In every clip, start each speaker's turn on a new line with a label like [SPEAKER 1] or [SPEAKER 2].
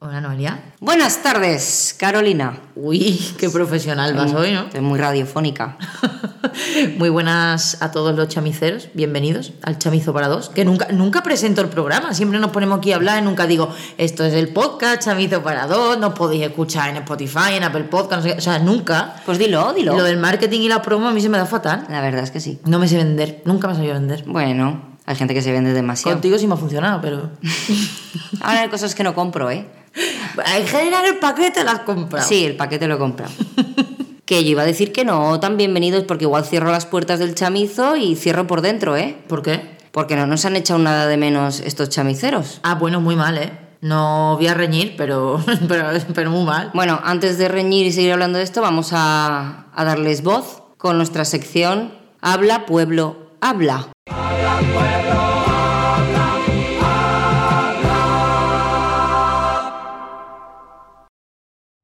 [SPEAKER 1] Hola Noelia.
[SPEAKER 2] Buenas tardes, Carolina.
[SPEAKER 1] Uy, qué profesional vas hoy, ¿no?
[SPEAKER 2] Estoy muy radiofónica.
[SPEAKER 1] Muy buenas a todos los chamiceros, bienvenidos al Chamizo para dos, que nunca, nunca presento el programa, siempre nos ponemos aquí a hablar y nunca digo, esto es el podcast Chamizo para dos, nos podéis escuchar en Spotify, en Apple Podcast, no sé qué". o sea, nunca.
[SPEAKER 2] Pues dilo, dilo.
[SPEAKER 1] Lo del marketing y la promo a mí se me da fatal.
[SPEAKER 2] La verdad es que sí.
[SPEAKER 1] No me sé vender, nunca me salido vender.
[SPEAKER 2] Bueno, hay gente que se vende demasiado.
[SPEAKER 1] Contigo sí me ha funcionado, pero...
[SPEAKER 2] Ahora hay cosas que no compro, ¿eh?
[SPEAKER 1] en general el paquete las compras.
[SPEAKER 2] Sí, el paquete lo he comprado. que yo iba a decir que no, tan bienvenidos, porque igual cierro las puertas del chamizo y cierro por dentro, ¿eh?
[SPEAKER 1] ¿Por qué?
[SPEAKER 2] Porque no nos han echado nada de menos estos chamiceros.
[SPEAKER 1] Ah, bueno, muy mal, ¿eh? No voy a reñir, pero, pero, pero muy mal.
[SPEAKER 2] Bueno, antes de reñir y seguir hablando de esto, vamos a, a darles voz con nuestra sección Habla Pueblo, habla.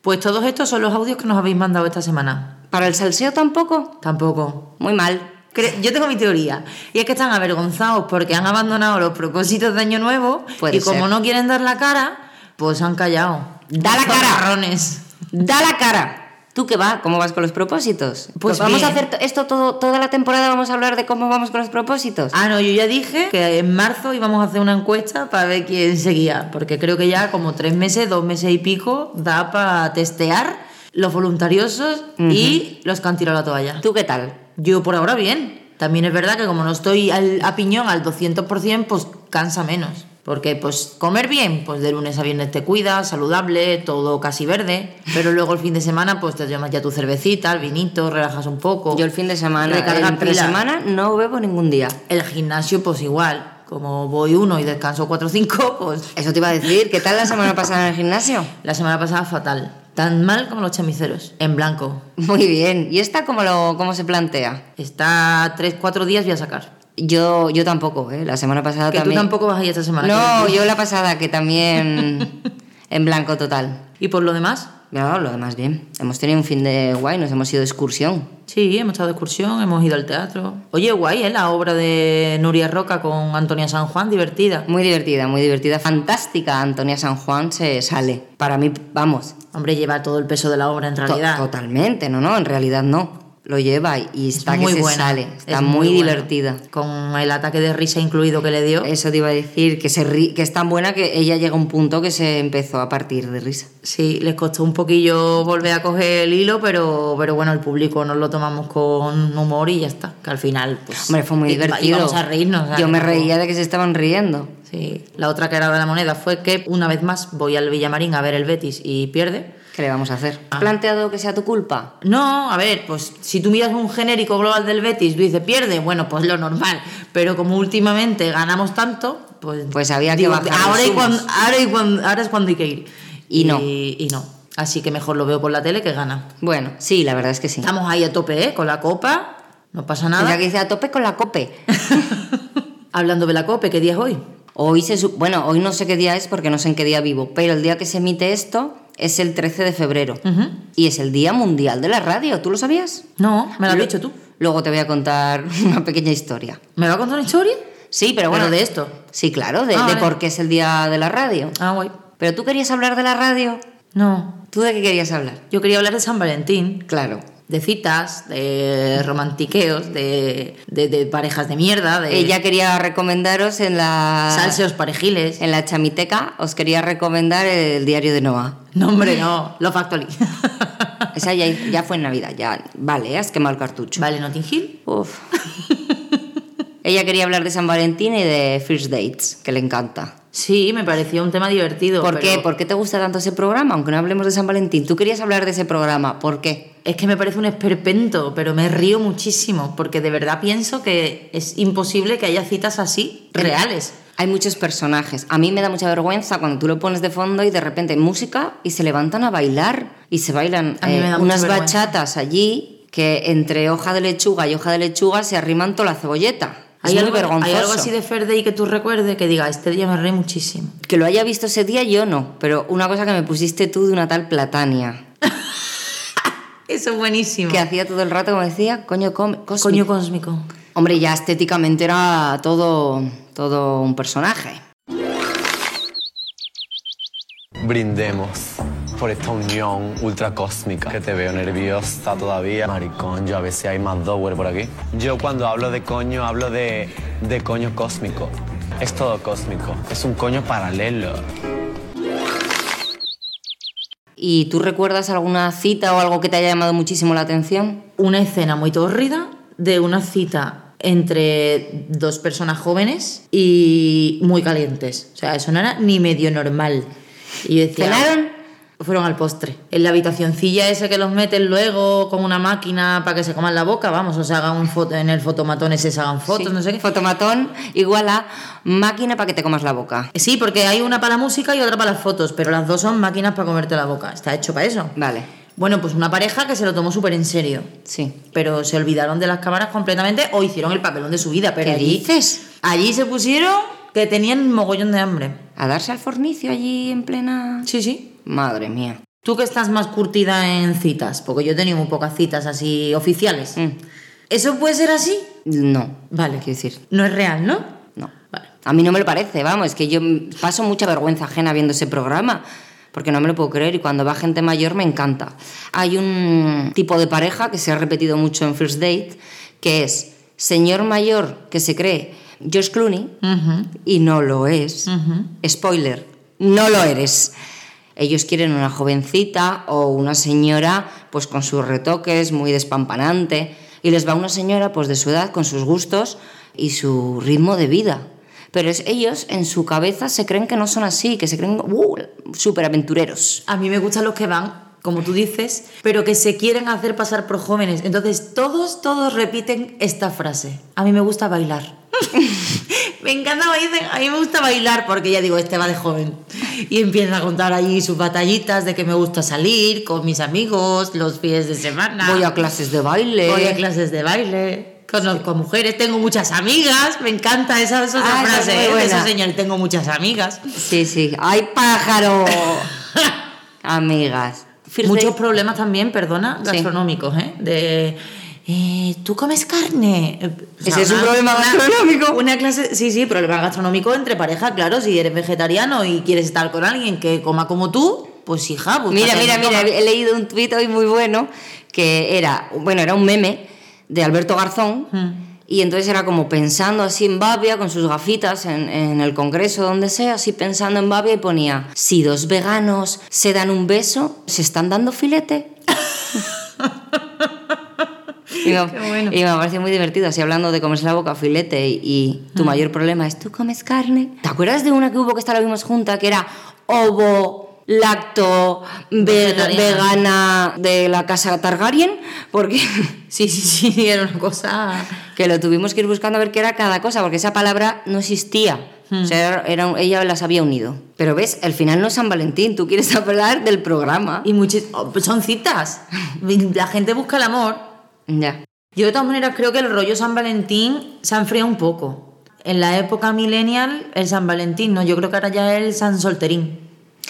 [SPEAKER 1] Pues todos estos son los audios que nos habéis mandado esta semana.
[SPEAKER 2] ¿Para el salseo tampoco?
[SPEAKER 1] Tampoco.
[SPEAKER 2] Muy mal.
[SPEAKER 1] Cre- Yo tengo mi teoría, y es que están avergonzados porque han abandonado los propósitos de Año Nuevo
[SPEAKER 2] Puede
[SPEAKER 1] y como
[SPEAKER 2] ser.
[SPEAKER 1] no quieren dar la cara, pues se han callado.
[SPEAKER 2] ¡Da la cara!
[SPEAKER 1] Marrones.
[SPEAKER 2] ¡Da la cara! ¿Tú qué va? ¿Cómo vas con los propósitos?
[SPEAKER 1] Pues
[SPEAKER 2] vamos
[SPEAKER 1] bien.
[SPEAKER 2] a hacer to- esto todo, toda la temporada, vamos a hablar de cómo vamos con los propósitos.
[SPEAKER 1] Ah, no, yo ya dije que en marzo íbamos a hacer una encuesta para ver quién seguía, porque creo que ya como tres meses, dos meses y pico, da para testear los voluntariosos y los que han tirado la toalla.
[SPEAKER 2] ¿Tú qué tal?
[SPEAKER 1] Yo por ahora bien. También es verdad que como no estoy al, a piñón al 200%, pues cansa menos. Porque pues comer bien, pues de lunes a viernes te cuidas, saludable, todo casi verde. Pero luego el fin de semana pues te llamas ya tu cervecita, el vinito, relajas un poco.
[SPEAKER 2] Yo el fin de semana,
[SPEAKER 1] Recarga
[SPEAKER 2] entre
[SPEAKER 1] pilas.
[SPEAKER 2] semana, no bebo ningún día.
[SPEAKER 1] El gimnasio pues igual. Como voy uno y descanso cuatro o cinco, pues...
[SPEAKER 2] Eso te iba a decir. ¿Qué tal la semana pasada en el gimnasio?
[SPEAKER 1] La semana pasada fatal. Tan mal como los chamiceros. En blanco.
[SPEAKER 2] Muy bien. ¿Y esta cómo, lo, cómo se plantea?
[SPEAKER 1] Está tres, cuatro días voy a sacar.
[SPEAKER 2] Yo, yo tampoco, ¿eh? La semana pasada
[SPEAKER 1] Que tú
[SPEAKER 2] también.
[SPEAKER 1] tampoco vas a ir esta semana.
[SPEAKER 2] No,
[SPEAKER 1] creo.
[SPEAKER 2] yo la pasada, que también en blanco total.
[SPEAKER 1] ¿Y por lo demás?
[SPEAKER 2] No, lo demás bien. Hemos tenido un fin de guay, nos hemos ido de excursión.
[SPEAKER 1] Sí, hemos estado de excursión, hemos ido al teatro. Oye, guay, ¿eh? La obra de Nuria Roca con Antonia San Juan, divertida.
[SPEAKER 2] Muy divertida, muy divertida, fantástica. Antonia San Juan se sale. Para mí, vamos,
[SPEAKER 1] Hombre, lleva todo el peso de la obra en
[SPEAKER 2] to-
[SPEAKER 1] realidad.
[SPEAKER 2] totalmente, no, no, en realidad no. Lo lleva y- y está que se sale. Está
[SPEAKER 1] es
[SPEAKER 2] muy,
[SPEAKER 1] buena.
[SPEAKER 2] divertida.
[SPEAKER 1] Con el ataque de risa incluido que le dio.
[SPEAKER 2] Eso te iba a decir, que, se ri- que es tan buena que ella llega a un punto que se empezó a partir de risa.
[SPEAKER 1] Sí, les costó un poquillo volver a coger el hilo, pero, pero bueno, el público nos lo tomamos con humor y ya está. Que al final, pues.
[SPEAKER 2] Hombre, fue muy
[SPEAKER 1] iba-
[SPEAKER 2] divertido.
[SPEAKER 1] íbamos a reírnos. o sea,
[SPEAKER 2] Yo me
[SPEAKER 1] que no-
[SPEAKER 2] reía de que se estaban riendo.
[SPEAKER 1] Sí, la otra cara de la moneda fue que una vez más voy al Villamarín a ver el Betis y pierde.
[SPEAKER 2] ¿Qué le vamos a hacer? ¿Has
[SPEAKER 1] Ah.
[SPEAKER 2] planteado que sea tu culpa?
[SPEAKER 1] No, a ver, pues si tú miras un genérico global del Betis, tú dices pierde, bueno, pues lo normal. Pero como últimamente ganamos tanto, pues.
[SPEAKER 2] Pues había que bajar los
[SPEAKER 1] ahora, y
[SPEAKER 2] humos.
[SPEAKER 1] cuando, ahora, y cuando- ahora es cuando hay que ir.
[SPEAKER 2] Y no.
[SPEAKER 1] Y, y no. Así que mejor lo veo por la tele que gana.
[SPEAKER 2] Bueno, sí, la verdad es que sí.
[SPEAKER 1] Estamos ahí a tope, ¿eh? Con la copa, no pasa
[SPEAKER 2] O sea,
[SPEAKER 1] nada.
[SPEAKER 2] Pues que dice a tope con la cope.
[SPEAKER 1] Hablando de la copa, ¿qué día es hoy?
[SPEAKER 2] Hoy se su- bueno, hoy no sé qué día es porque no sé en qué día vivo, pero el día que se emite esto es el 13 de febrero y es el Día Mundial de la Radio, ¿tú lo sabías?
[SPEAKER 1] No, me lo has
[SPEAKER 2] Lo-
[SPEAKER 1] dicho tú.
[SPEAKER 2] Luego te voy a contar una pequeña historia.
[SPEAKER 1] ¿Me va a contar una historia?
[SPEAKER 2] Sí, pero bueno,
[SPEAKER 1] Pero de esto.
[SPEAKER 2] Sí, claro, de,
[SPEAKER 1] Ah,
[SPEAKER 2] de
[SPEAKER 1] vale.
[SPEAKER 2] por qué es el Día de la Radio.
[SPEAKER 1] Ah, guay.
[SPEAKER 2] Pero tú querías hablar de la radio.
[SPEAKER 1] No.
[SPEAKER 2] ¿Tú de qué querías hablar?
[SPEAKER 1] Yo quería hablar de San Valentín.
[SPEAKER 2] Claro.
[SPEAKER 1] de citas, de romantiqueos, de, de- de parejas de mierda, de
[SPEAKER 2] Ella quería recomendaros en la
[SPEAKER 1] salseos parejiles.
[SPEAKER 2] en la chamiteca os quería recomendar el Diario de Noah.
[SPEAKER 1] No, hombre, no, lo Factory.
[SPEAKER 2] Esa ya, ya fue en Navidad, ya. Vale, has quemado el cartucho.
[SPEAKER 1] vale, Notting Hill.
[SPEAKER 2] Uf. Ella quería hablar de San Valentín y de First Dates, que le encanta.
[SPEAKER 1] Sí, me pareció un tema divertido.
[SPEAKER 2] ¿Por qué?
[SPEAKER 1] pero
[SPEAKER 2] ¿Por qué te gusta tanto ese programa? Aunque no hablemos de San Valentín. Tú querías hablar de ese programa. ¿Por qué?
[SPEAKER 1] Es que me parece un esperpento, pero me río muchísimo, porque de verdad pienso que es imposible que haya citas así, reales.
[SPEAKER 2] Hay muchos personajes. A mí me da mucha vergüenza cuando tú lo pones de fondo y de repente música y se levantan a bailar y se bailan eh,
[SPEAKER 1] A mí me da mucha
[SPEAKER 2] unas
[SPEAKER 1] vergüenza.
[SPEAKER 2] bachatas allí que entre hoja de lechuga y hoja de lechuga se arriman toda la cebolleta. Es
[SPEAKER 1] hay,
[SPEAKER 2] muy
[SPEAKER 1] algo,
[SPEAKER 2] vergonzoso.
[SPEAKER 1] hay algo así de Fair Day que tú recuerdes que diga, este día me reí muchísimo.
[SPEAKER 2] Que lo haya visto ese día yo no, pero una cosa que me pusiste tú de una tal Platania,
[SPEAKER 1] Eso es buenísimo.
[SPEAKER 2] que hacía todo el rato como decía, coño, come, cósmico.
[SPEAKER 1] Coño cósmico.
[SPEAKER 2] Hombre, ya estéticamente era todo, todo un personaje.
[SPEAKER 3] Brindemos por esta unión ultracósmica. Que te veo nerviosa todavía. Maricón, yo a ver si hay más dower por aquí. Yo cuando hablo de coño, hablo de, de coño cósmico. Es todo cósmico. Es un coño paralelo.
[SPEAKER 2] ¿Y tú recuerdas alguna cita o algo que te haya llamado muchísimo la atención?
[SPEAKER 1] Una escena muy torrida de una cita entre dos personas jóvenes y muy calientes. O sea, eso no era ni medio normal. Y yo decía,
[SPEAKER 2] ¿Cenaron?
[SPEAKER 1] Fueron al postre. En la habitacioncilla esa que los meten luego con una máquina para que se coman la boca, vamos, o se hagan un foto, en el fotomatón ese se hagan fotos,
[SPEAKER 2] Sí.
[SPEAKER 1] no sé qué.
[SPEAKER 2] Fotomatón igual a máquina para que te comas la boca.
[SPEAKER 1] Sí, porque hay una para la música y otra para las fotos, pero las dos son máquinas para comerte la boca. Está hecho para eso.
[SPEAKER 2] Vale,
[SPEAKER 1] Bueno, pues una pareja que se lo tomó súper en serio.
[SPEAKER 2] sí.
[SPEAKER 1] pero se olvidaron de las cámaras completamente o hicieron el papelón de su vida. Pero
[SPEAKER 2] ¿Qué
[SPEAKER 1] allí,
[SPEAKER 2] dices?
[SPEAKER 1] Allí se pusieron que tenían mogollón de hambre.
[SPEAKER 2] ¿A darse al fornicio allí en plena...?
[SPEAKER 1] Sí, sí.
[SPEAKER 2] Madre mía.
[SPEAKER 1] Tú que estás más curtida en citas, porque yo he tenido muy pocas citas así oficiales.
[SPEAKER 2] Mm.
[SPEAKER 1] ¿Eso puede ser así?
[SPEAKER 2] No,
[SPEAKER 1] Vale.
[SPEAKER 2] quiero decir,
[SPEAKER 1] No es real, ¿no?
[SPEAKER 2] no.
[SPEAKER 1] Vale.
[SPEAKER 2] A mí no me lo parece, vamos, es que yo paso mucha vergüenza ajena viendo ese programa, porque no me lo puedo creer y cuando va gente mayor me encanta. Hay un tipo de pareja que se ha repetido mucho en First Date, que es señor mayor que se cree George Clooney y no lo es. Spoiler, no lo eres. Ellos quieren una jovencita o una señora pues con sus retoques, muy despampanante, y les va una señora pues de su edad, con sus gustos y su ritmo de vida. Pero es- ellos en su cabeza se creen que no son así, que se creen uh, superaventureros.
[SPEAKER 1] A mí me gustan los que van, como tú dices, pero que se quieren hacer pasar por jóvenes. Entonces, todos, todos repiten esta frase. A mí me gusta bailar. me encanta bailar. A mí me gusta bailar porque ya digo, este va de joven. Y empieza a contar allí sus batallitas de que me gusta salir con mis amigos, los fines de semana.
[SPEAKER 2] Voy a clases de baile.
[SPEAKER 1] Voy a clases de baile. Conozco mujeres, tengo muchas amigas. Me encanta esa, esa
[SPEAKER 2] Ah, esa es
[SPEAKER 1] frase.
[SPEAKER 2] muy
[SPEAKER 1] ¿eh?
[SPEAKER 2] buena.
[SPEAKER 1] Esa señal, tengo muchas amigas.
[SPEAKER 2] Sí, sí. ¡Ay, pájaro! Amigas. First
[SPEAKER 1] Muchos
[SPEAKER 2] date-
[SPEAKER 1] problemas también, perdona,
[SPEAKER 2] Sí.
[SPEAKER 1] gastronómicos, ¿eh? De. eh, ¿Tú comes carne? Eh, o sea,
[SPEAKER 2] Ese es un problema gastronómico.
[SPEAKER 1] Una clase, sí, sí, problema gastronómico entre pareja, claro. Si eres vegetariano y quieres estar con alguien que coma como tú, pues hija, búscate
[SPEAKER 2] Mira, mira,
[SPEAKER 1] alguien que
[SPEAKER 2] mira,
[SPEAKER 1] coma-
[SPEAKER 2] he leído un tuit hoy muy bueno que era, bueno, era un meme de Alberto Garzón y entonces era como pensando así en Babia con sus gafitas en, en el Congreso, donde sea, así pensando en Babia y ponía, si dos veganos se dan un beso, se están dando filete. Y me,
[SPEAKER 1] bueno.
[SPEAKER 2] y me parece muy divertido, así hablando de comerse la boca filete y, y tu mayor problema es tú comes carne. ¿Te acuerdas de una que hubo que esta la vimos junta que era ovo, lacto, ve-
[SPEAKER 1] Vegetariana.
[SPEAKER 2] vegana de la casa Targaryen? Porque
[SPEAKER 1] Sí, sí, sí, era una cosa.
[SPEAKER 2] que lo tuvimos que ir buscando a ver qué era cada cosa, porque esa palabra no existía.
[SPEAKER 1] Hmm.
[SPEAKER 2] O sea, era- era- ella las había unido. Pero ves, al final no es San Valentín, tú quieres hablar del programa.
[SPEAKER 1] Y muchis- oh, pues son citas. La gente busca el amor.
[SPEAKER 2] Ya.
[SPEAKER 1] Yo de todas maneras creo que el rollo San Valentín se ha enfriado un poco. En la época millennial, el San Valentín, ¿no? Yo creo que ahora ya es el San Solterín.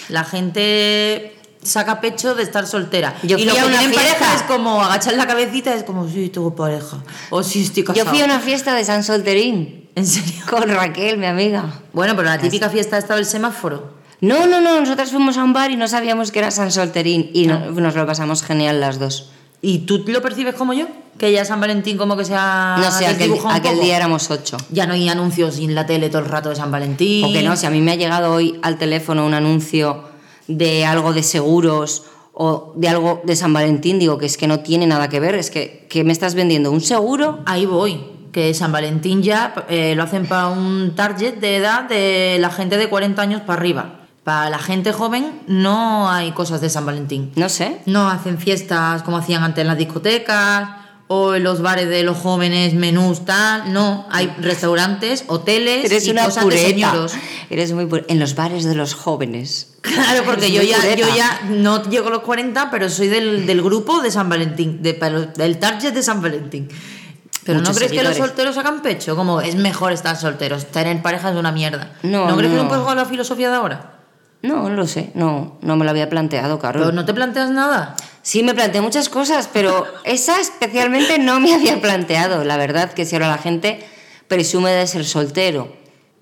[SPEAKER 1] La gente saca pecho de estar soltera.
[SPEAKER 2] Yo
[SPEAKER 1] y lo
[SPEAKER 2] fui
[SPEAKER 1] que
[SPEAKER 2] a una
[SPEAKER 1] tienen
[SPEAKER 2] fiesta.
[SPEAKER 1] pareja es como agachar la cabecita, es como, sí, tengo pareja. O sí, estoy
[SPEAKER 2] Yo
[SPEAKER 1] casado.
[SPEAKER 2] fui a una fiesta de San Solterín
[SPEAKER 1] En serio.
[SPEAKER 2] con Raquel, mi amiga.
[SPEAKER 1] Bueno, pero la típica fiesta estaba el semáforo.
[SPEAKER 2] No, no, no, nosotras fuimos a un bar y no sabíamos que era San Solterín y
[SPEAKER 1] Ah.
[SPEAKER 2] no- nos lo pasamos genial las dos.
[SPEAKER 1] ¿Y tú lo percibes como yo? Que ya San Valentín como que se ha
[SPEAKER 2] No sé, aquel,
[SPEAKER 1] desdibujado Ah, un
[SPEAKER 2] aquel
[SPEAKER 1] poco.
[SPEAKER 2] día éramos ocho.
[SPEAKER 1] Ya no hay anuncios en la tele todo el rato de San Valentín.
[SPEAKER 2] O que no, si a mí me ha llegado hoy al teléfono un anuncio de algo de seguros o de algo de San Valentín, digo que es que no tiene nada que ver, es que, que me estás vendiendo un seguro.
[SPEAKER 1] Ahí voy. Que San Valentín ya eh, lo hacen para un target de edad de la gente de 40 años para arriba. Para la gente joven no hay cosas de San Valentín.
[SPEAKER 2] No sé,
[SPEAKER 1] No hacen fiestas como hacían antes en las discotecas o en los bares de los jóvenes, menús, tal. No, hay restaurantes, hoteles
[SPEAKER 2] eres
[SPEAKER 1] y
[SPEAKER 2] una
[SPEAKER 1] cosas
[SPEAKER 2] pureta.
[SPEAKER 1] de señoros.
[SPEAKER 2] Eres muy pure- En los bares de los jóvenes.
[SPEAKER 1] Claro, porque
[SPEAKER 2] Eres
[SPEAKER 1] yo
[SPEAKER 2] muy
[SPEAKER 1] ya, yo
[SPEAKER 2] pureta.
[SPEAKER 1] ya no llego a los 40, pero soy del, del grupo de San Valentín, de, para los- del target de San Valentín. Pero
[SPEAKER 2] Muchos
[SPEAKER 1] ¿no crees que los
[SPEAKER 2] seguidores.
[SPEAKER 1] solteros sacan pecho? Como es mejor estar solteros, tener pareja es una mierda.
[SPEAKER 2] No,
[SPEAKER 1] ¿No crees que
[SPEAKER 2] no. Mm.
[SPEAKER 1] es un poco la filosofía de ahora?
[SPEAKER 2] No, no lo sé, no, no me lo había planteado, Carol.
[SPEAKER 1] Pero no te planteas nada.
[SPEAKER 2] Sí, me planteé muchas cosas, pero esa especialmente no me había planteado. La verdad que si ahora la gente presume de ser soltero,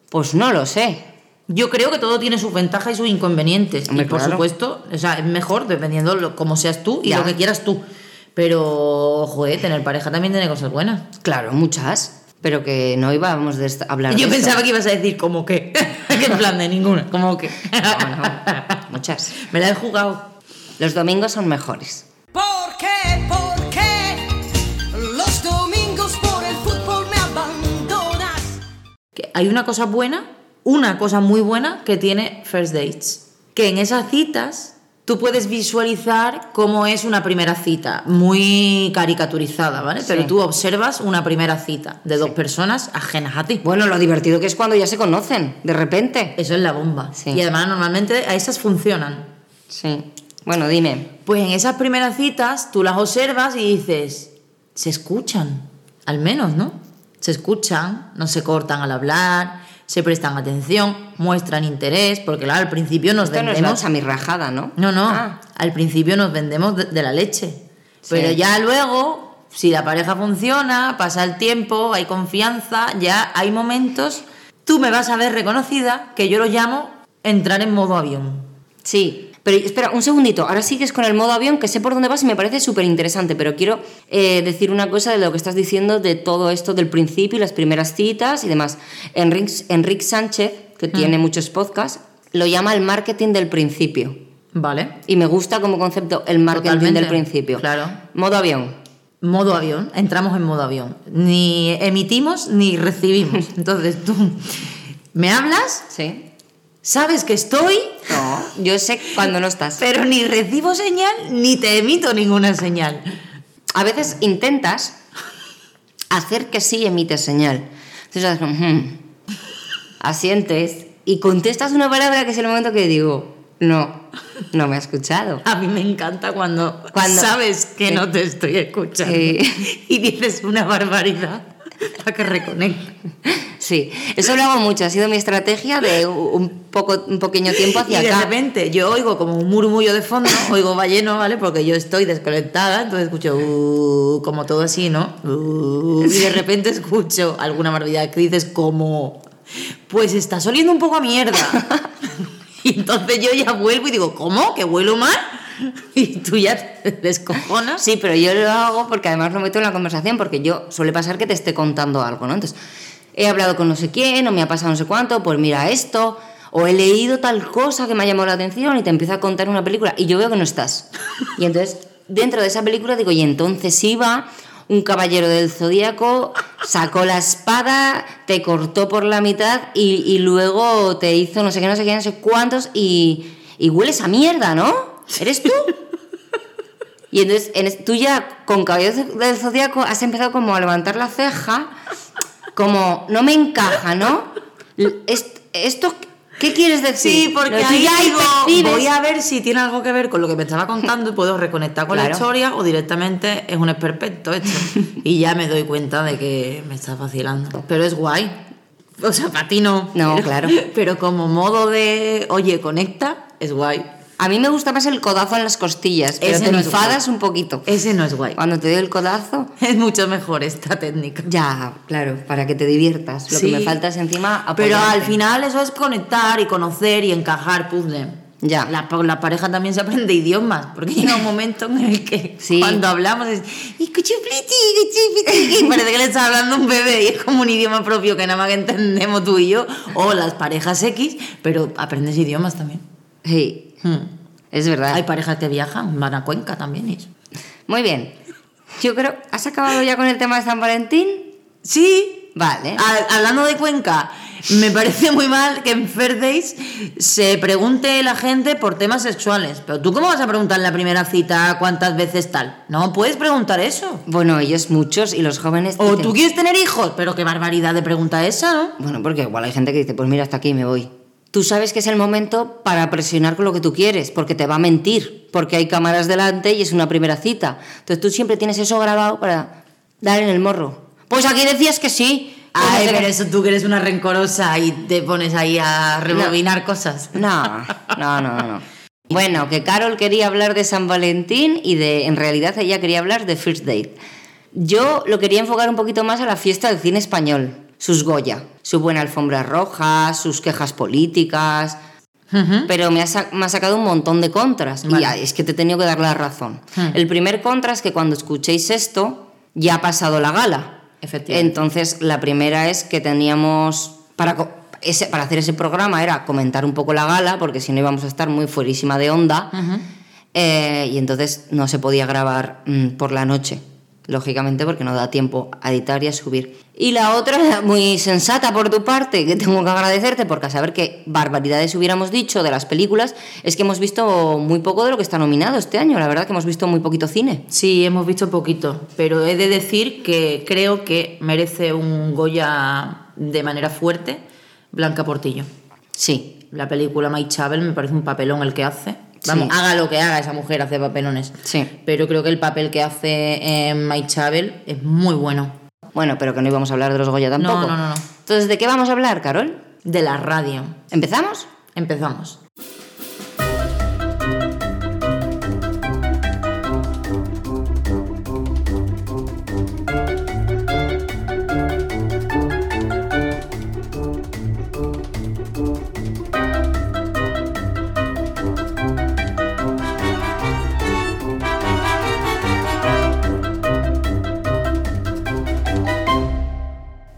[SPEAKER 2] pues no lo sé.
[SPEAKER 1] Yo creo que todo tiene sus ventajas y sus inconvenientes.
[SPEAKER 2] Hombre,
[SPEAKER 1] y por
[SPEAKER 2] claro.
[SPEAKER 1] supuesto, o sea, es mejor dependiendo lo, cómo seas tú y
[SPEAKER 2] Ya.
[SPEAKER 1] lo que quieras tú. Pero, joder, tener pareja también tiene cosas buenas.
[SPEAKER 2] Claro, muchas. Pero que no íbamos de esta- a hablar
[SPEAKER 1] Yo
[SPEAKER 2] de esto.
[SPEAKER 1] pensaba que ibas a decir como que. que en plan de ninguna. Como que.
[SPEAKER 2] No, no, muchas.
[SPEAKER 1] Me la he jugado.
[SPEAKER 2] Los domingos son mejores.
[SPEAKER 4] Porque, porque los domingos por el fútbol me abandonas.
[SPEAKER 1] Que hay una cosa buena, una cosa muy buena que tiene First Dates. Que en esas citas tú puedes visualizar cómo es una primera cita, muy caricaturizada, ¿vale? Pero
[SPEAKER 2] Sí.
[SPEAKER 1] tú observas una primera cita de dos
[SPEAKER 2] Sí.
[SPEAKER 1] personas ajenas a ti.
[SPEAKER 2] Bueno, lo divertido que es cuando ya se conocen, de repente.
[SPEAKER 1] Eso es la bomba.
[SPEAKER 2] Sí.
[SPEAKER 1] Y además normalmente a esas funcionan.
[SPEAKER 2] Sí. Bueno, dime.
[SPEAKER 1] Pues en esas primeras citas tú las observas y dices, se escuchan, al menos, ¿no? Se escuchan, no se cortan al hablar, se prestan atención, muestran interés, porque claro, al principio nos
[SPEAKER 2] Esto no es la
[SPEAKER 1] vendemos...
[SPEAKER 2] chamirrajada, ¿no?
[SPEAKER 1] No, no,
[SPEAKER 2] Ah,
[SPEAKER 1] al principio nos vendemos de, de la leche, pero
[SPEAKER 2] Sí.
[SPEAKER 1] ya luego, si la pareja funciona, pasa el tiempo, hay confianza, ya hay momentos, tú me vas a ver reconocida, que yo lo llamo entrar en modo avión.
[SPEAKER 2] sí. Pero espera, un segundito. Ahora sigues con el modo avión, que sé por dónde vas y me parece súper interesante, pero quiero eh, decir una cosa de lo que estás diciendo de todo esto del principio y las primeras citas y demás. Enrique Enric Sánchez, que
[SPEAKER 1] Mm.
[SPEAKER 2] tiene muchos podcasts, lo llama el marketing del principio.
[SPEAKER 1] ¿Vale?
[SPEAKER 2] Y me gusta como concepto el marketing
[SPEAKER 1] Totalmente,
[SPEAKER 2] del principio.
[SPEAKER 1] claro.
[SPEAKER 2] Modo avión.
[SPEAKER 1] Modo avión, entramos en modo avión. Ni emitimos ni recibimos. Entonces tú me hablas,
[SPEAKER 2] Sí.
[SPEAKER 1] sabes que estoy,
[SPEAKER 2] No, yo sé cuando no estás.
[SPEAKER 1] pero ni recibo señal ni te emito ninguna señal.
[SPEAKER 2] A veces intentas hacer que sí emites señal. Entonces haces como, "Hmm". asientes y contestas una palabra que es el momento que digo, no, no me ha escuchado.
[SPEAKER 1] A mí me encanta cuando,
[SPEAKER 2] Cuando-
[SPEAKER 1] sabes que
[SPEAKER 2] Sí.
[SPEAKER 1] no te estoy escuchando
[SPEAKER 2] Sí.
[SPEAKER 1] y dices una barbaridad para que reconecte.
[SPEAKER 2] Sí, eso lo hago mucho, ha sido mi estrategia de un, poco, un pequeño tiempo hacia
[SPEAKER 1] y de
[SPEAKER 2] acá.
[SPEAKER 1] repente yo oigo como un murmullo de fondo, oigo balleno, ¿vale? Porque yo estoy desconectada, entonces escucho "Uh", como todo así, ¿no? Uh, y de repente escucho alguna barbaridad que dices como, pues está oliendo un poco a mierda. y entonces yo ya vuelvo y digo, ¿cómo? ¿Que huelo mal? Y tú ya te descojonas.
[SPEAKER 2] Sí, pero yo lo hago porque además lo meto en la conversación, porque yo suele pasar que te esté contando algo, ¿no? Entonces, he hablado con no sé quién, o me ha pasado no sé cuánto, pues mira esto, o he leído tal cosa que me ha llamado la atención y te empieza a contar una película y yo veo que no estás. Y entonces, dentro de esa película digo, y entonces iba un caballero del zodíaco, sacó la espada, te cortó por la mitad y, y luego te hizo no sé qué, no sé qué, no sé cuántos y, y hueles a mierda, ¿no? ¿Eres tú? Y entonces en es- tú ya con Caballeros del Zodíaco has empezado como a levantar la ceja, como no me encaja, ¿no? L- est- ¿Esto qué quieres decir?
[SPEAKER 1] Sí, porque
[SPEAKER 2] No, tú
[SPEAKER 1] ahí
[SPEAKER 2] ya ahí
[SPEAKER 1] digo,
[SPEAKER 2] percibes-
[SPEAKER 1] voy a ver si tiene algo que ver con lo que me estaba contando y puedo reconectar con la
[SPEAKER 2] Claro.
[SPEAKER 1] historia o directamente es un experto esto. y ya me doy cuenta de que me estás vacilando. Pero es guay. O sea, para ti no.
[SPEAKER 2] No,
[SPEAKER 1] Pero-
[SPEAKER 2] claro.
[SPEAKER 1] Pero como modo de, oye, conecta, es guay.
[SPEAKER 2] A mí me gusta más el codazo en las costillas, pero
[SPEAKER 1] Ese
[SPEAKER 2] te
[SPEAKER 1] no es
[SPEAKER 2] enfadas un poquito.
[SPEAKER 1] Ese no es guay.
[SPEAKER 2] Cuando te doy el codazo,
[SPEAKER 1] Es mucho mejor esta técnica.
[SPEAKER 2] ya, claro, para que te diviertas. Lo
[SPEAKER 1] Sí.
[SPEAKER 2] que me falta es encima
[SPEAKER 1] Pero
[SPEAKER 2] apoyarte.
[SPEAKER 1] al final eso es conectar y conocer y encajar puzzle.
[SPEAKER 2] Ya.
[SPEAKER 1] La, pa- la pareja también se aprende idiomas, porque llega un momento en el que
[SPEAKER 2] Sí.
[SPEAKER 1] cuando hablamos es "Y cuchupliti, cuchupliti", y parece que le está hablando un bebé y es como un idioma propio que nada más que entendemos tú y yo, o las parejas X, pero aprendes idiomas también.
[SPEAKER 2] Sí,
[SPEAKER 1] Hmm.
[SPEAKER 2] es verdad.
[SPEAKER 1] Hay parejas que viajan, van a Cuenca también. y eso.
[SPEAKER 2] Muy bien. Yo creo, ¿has acabado ya con el tema de San Valentín?
[SPEAKER 1] Sí,
[SPEAKER 2] Vale.
[SPEAKER 1] Ha- Hablando de Cuenca, me parece muy mal que en Fair Days se pregunte la gente por temas sexuales. Pero tú, ¿cómo vas a preguntar en la primera cita cuántas veces tal? No puedes preguntar eso.
[SPEAKER 2] Bueno, ellos muchos y los jóvenes.
[SPEAKER 1] O
[SPEAKER 2] dicen-
[SPEAKER 1] tú quieres tener hijos, pero qué barbaridad de pregunta esa, ¿no?
[SPEAKER 2] Bueno, porque igual hay gente que dice, pues mira, hasta aquí me voy. Tú sabes que es el momento para presionar con lo que tú quieres, porque te va a mentir, porque hay cámaras delante y es una primera cita. Entonces tú siempre tienes eso grabado para dar en el morro. Pues aquí decías que sí. Pues
[SPEAKER 1] Ay,
[SPEAKER 2] no sé
[SPEAKER 1] pero
[SPEAKER 2] qué.
[SPEAKER 1] eso tú que eres una rencorosa y te pones ahí a rebobinar cosas.
[SPEAKER 2] No, no, no, no. Bueno, que Carol quería hablar de San Valentín y de, en realidad ella quería hablar de First Date. Yo lo quería enfocar un poquito más a la fiesta del cine español. sus Goya, su buena alfombra roja, sus quejas políticas. Pero me ha, sa- me ha sacado un montón de contras y
[SPEAKER 1] Vale.
[SPEAKER 2] ah, es que te he tenido que dar la razón. El primer contra es que cuando escuchéis esto ya ha pasado la gala.
[SPEAKER 1] Efectivamente.
[SPEAKER 2] Entonces, la primera es que teníamos. Para, co- ese- para hacer ese programa era comentar un poco la gala, porque si no íbamos a estar muy fuerísima de onda. Eh, y entonces no se podía grabar mm, por la noche, lógicamente, porque no da tiempo a editar y a subir. Y la otra, muy sensata por tu parte, que tengo que agradecerte, porque a saber qué barbaridades hubiéramos dicho de las películas, es que hemos visto muy poco de lo que está nominado este año. La verdad que hemos visto muy poquito cine.
[SPEAKER 1] Sí, hemos visto poquito, pero he de decir que creo que merece un Goya de manera fuerte Blanca Portillo.
[SPEAKER 2] Sí,
[SPEAKER 1] La película My Chávez me parece un papelón el que hace. Vamos,
[SPEAKER 2] Sí.
[SPEAKER 1] haga lo que haga, esa mujer hace papelones.
[SPEAKER 2] Sí.
[SPEAKER 1] Pero creo que el papel que hace en My Chávez es muy bueno.
[SPEAKER 2] Bueno, pero que no íbamos a hablar de los Goya tampoco.
[SPEAKER 1] no, no, no.
[SPEAKER 2] Entonces, ¿de qué vamos a hablar, Carol?
[SPEAKER 1] De la radio.
[SPEAKER 2] ¿Empezamos?
[SPEAKER 1] Empezamos.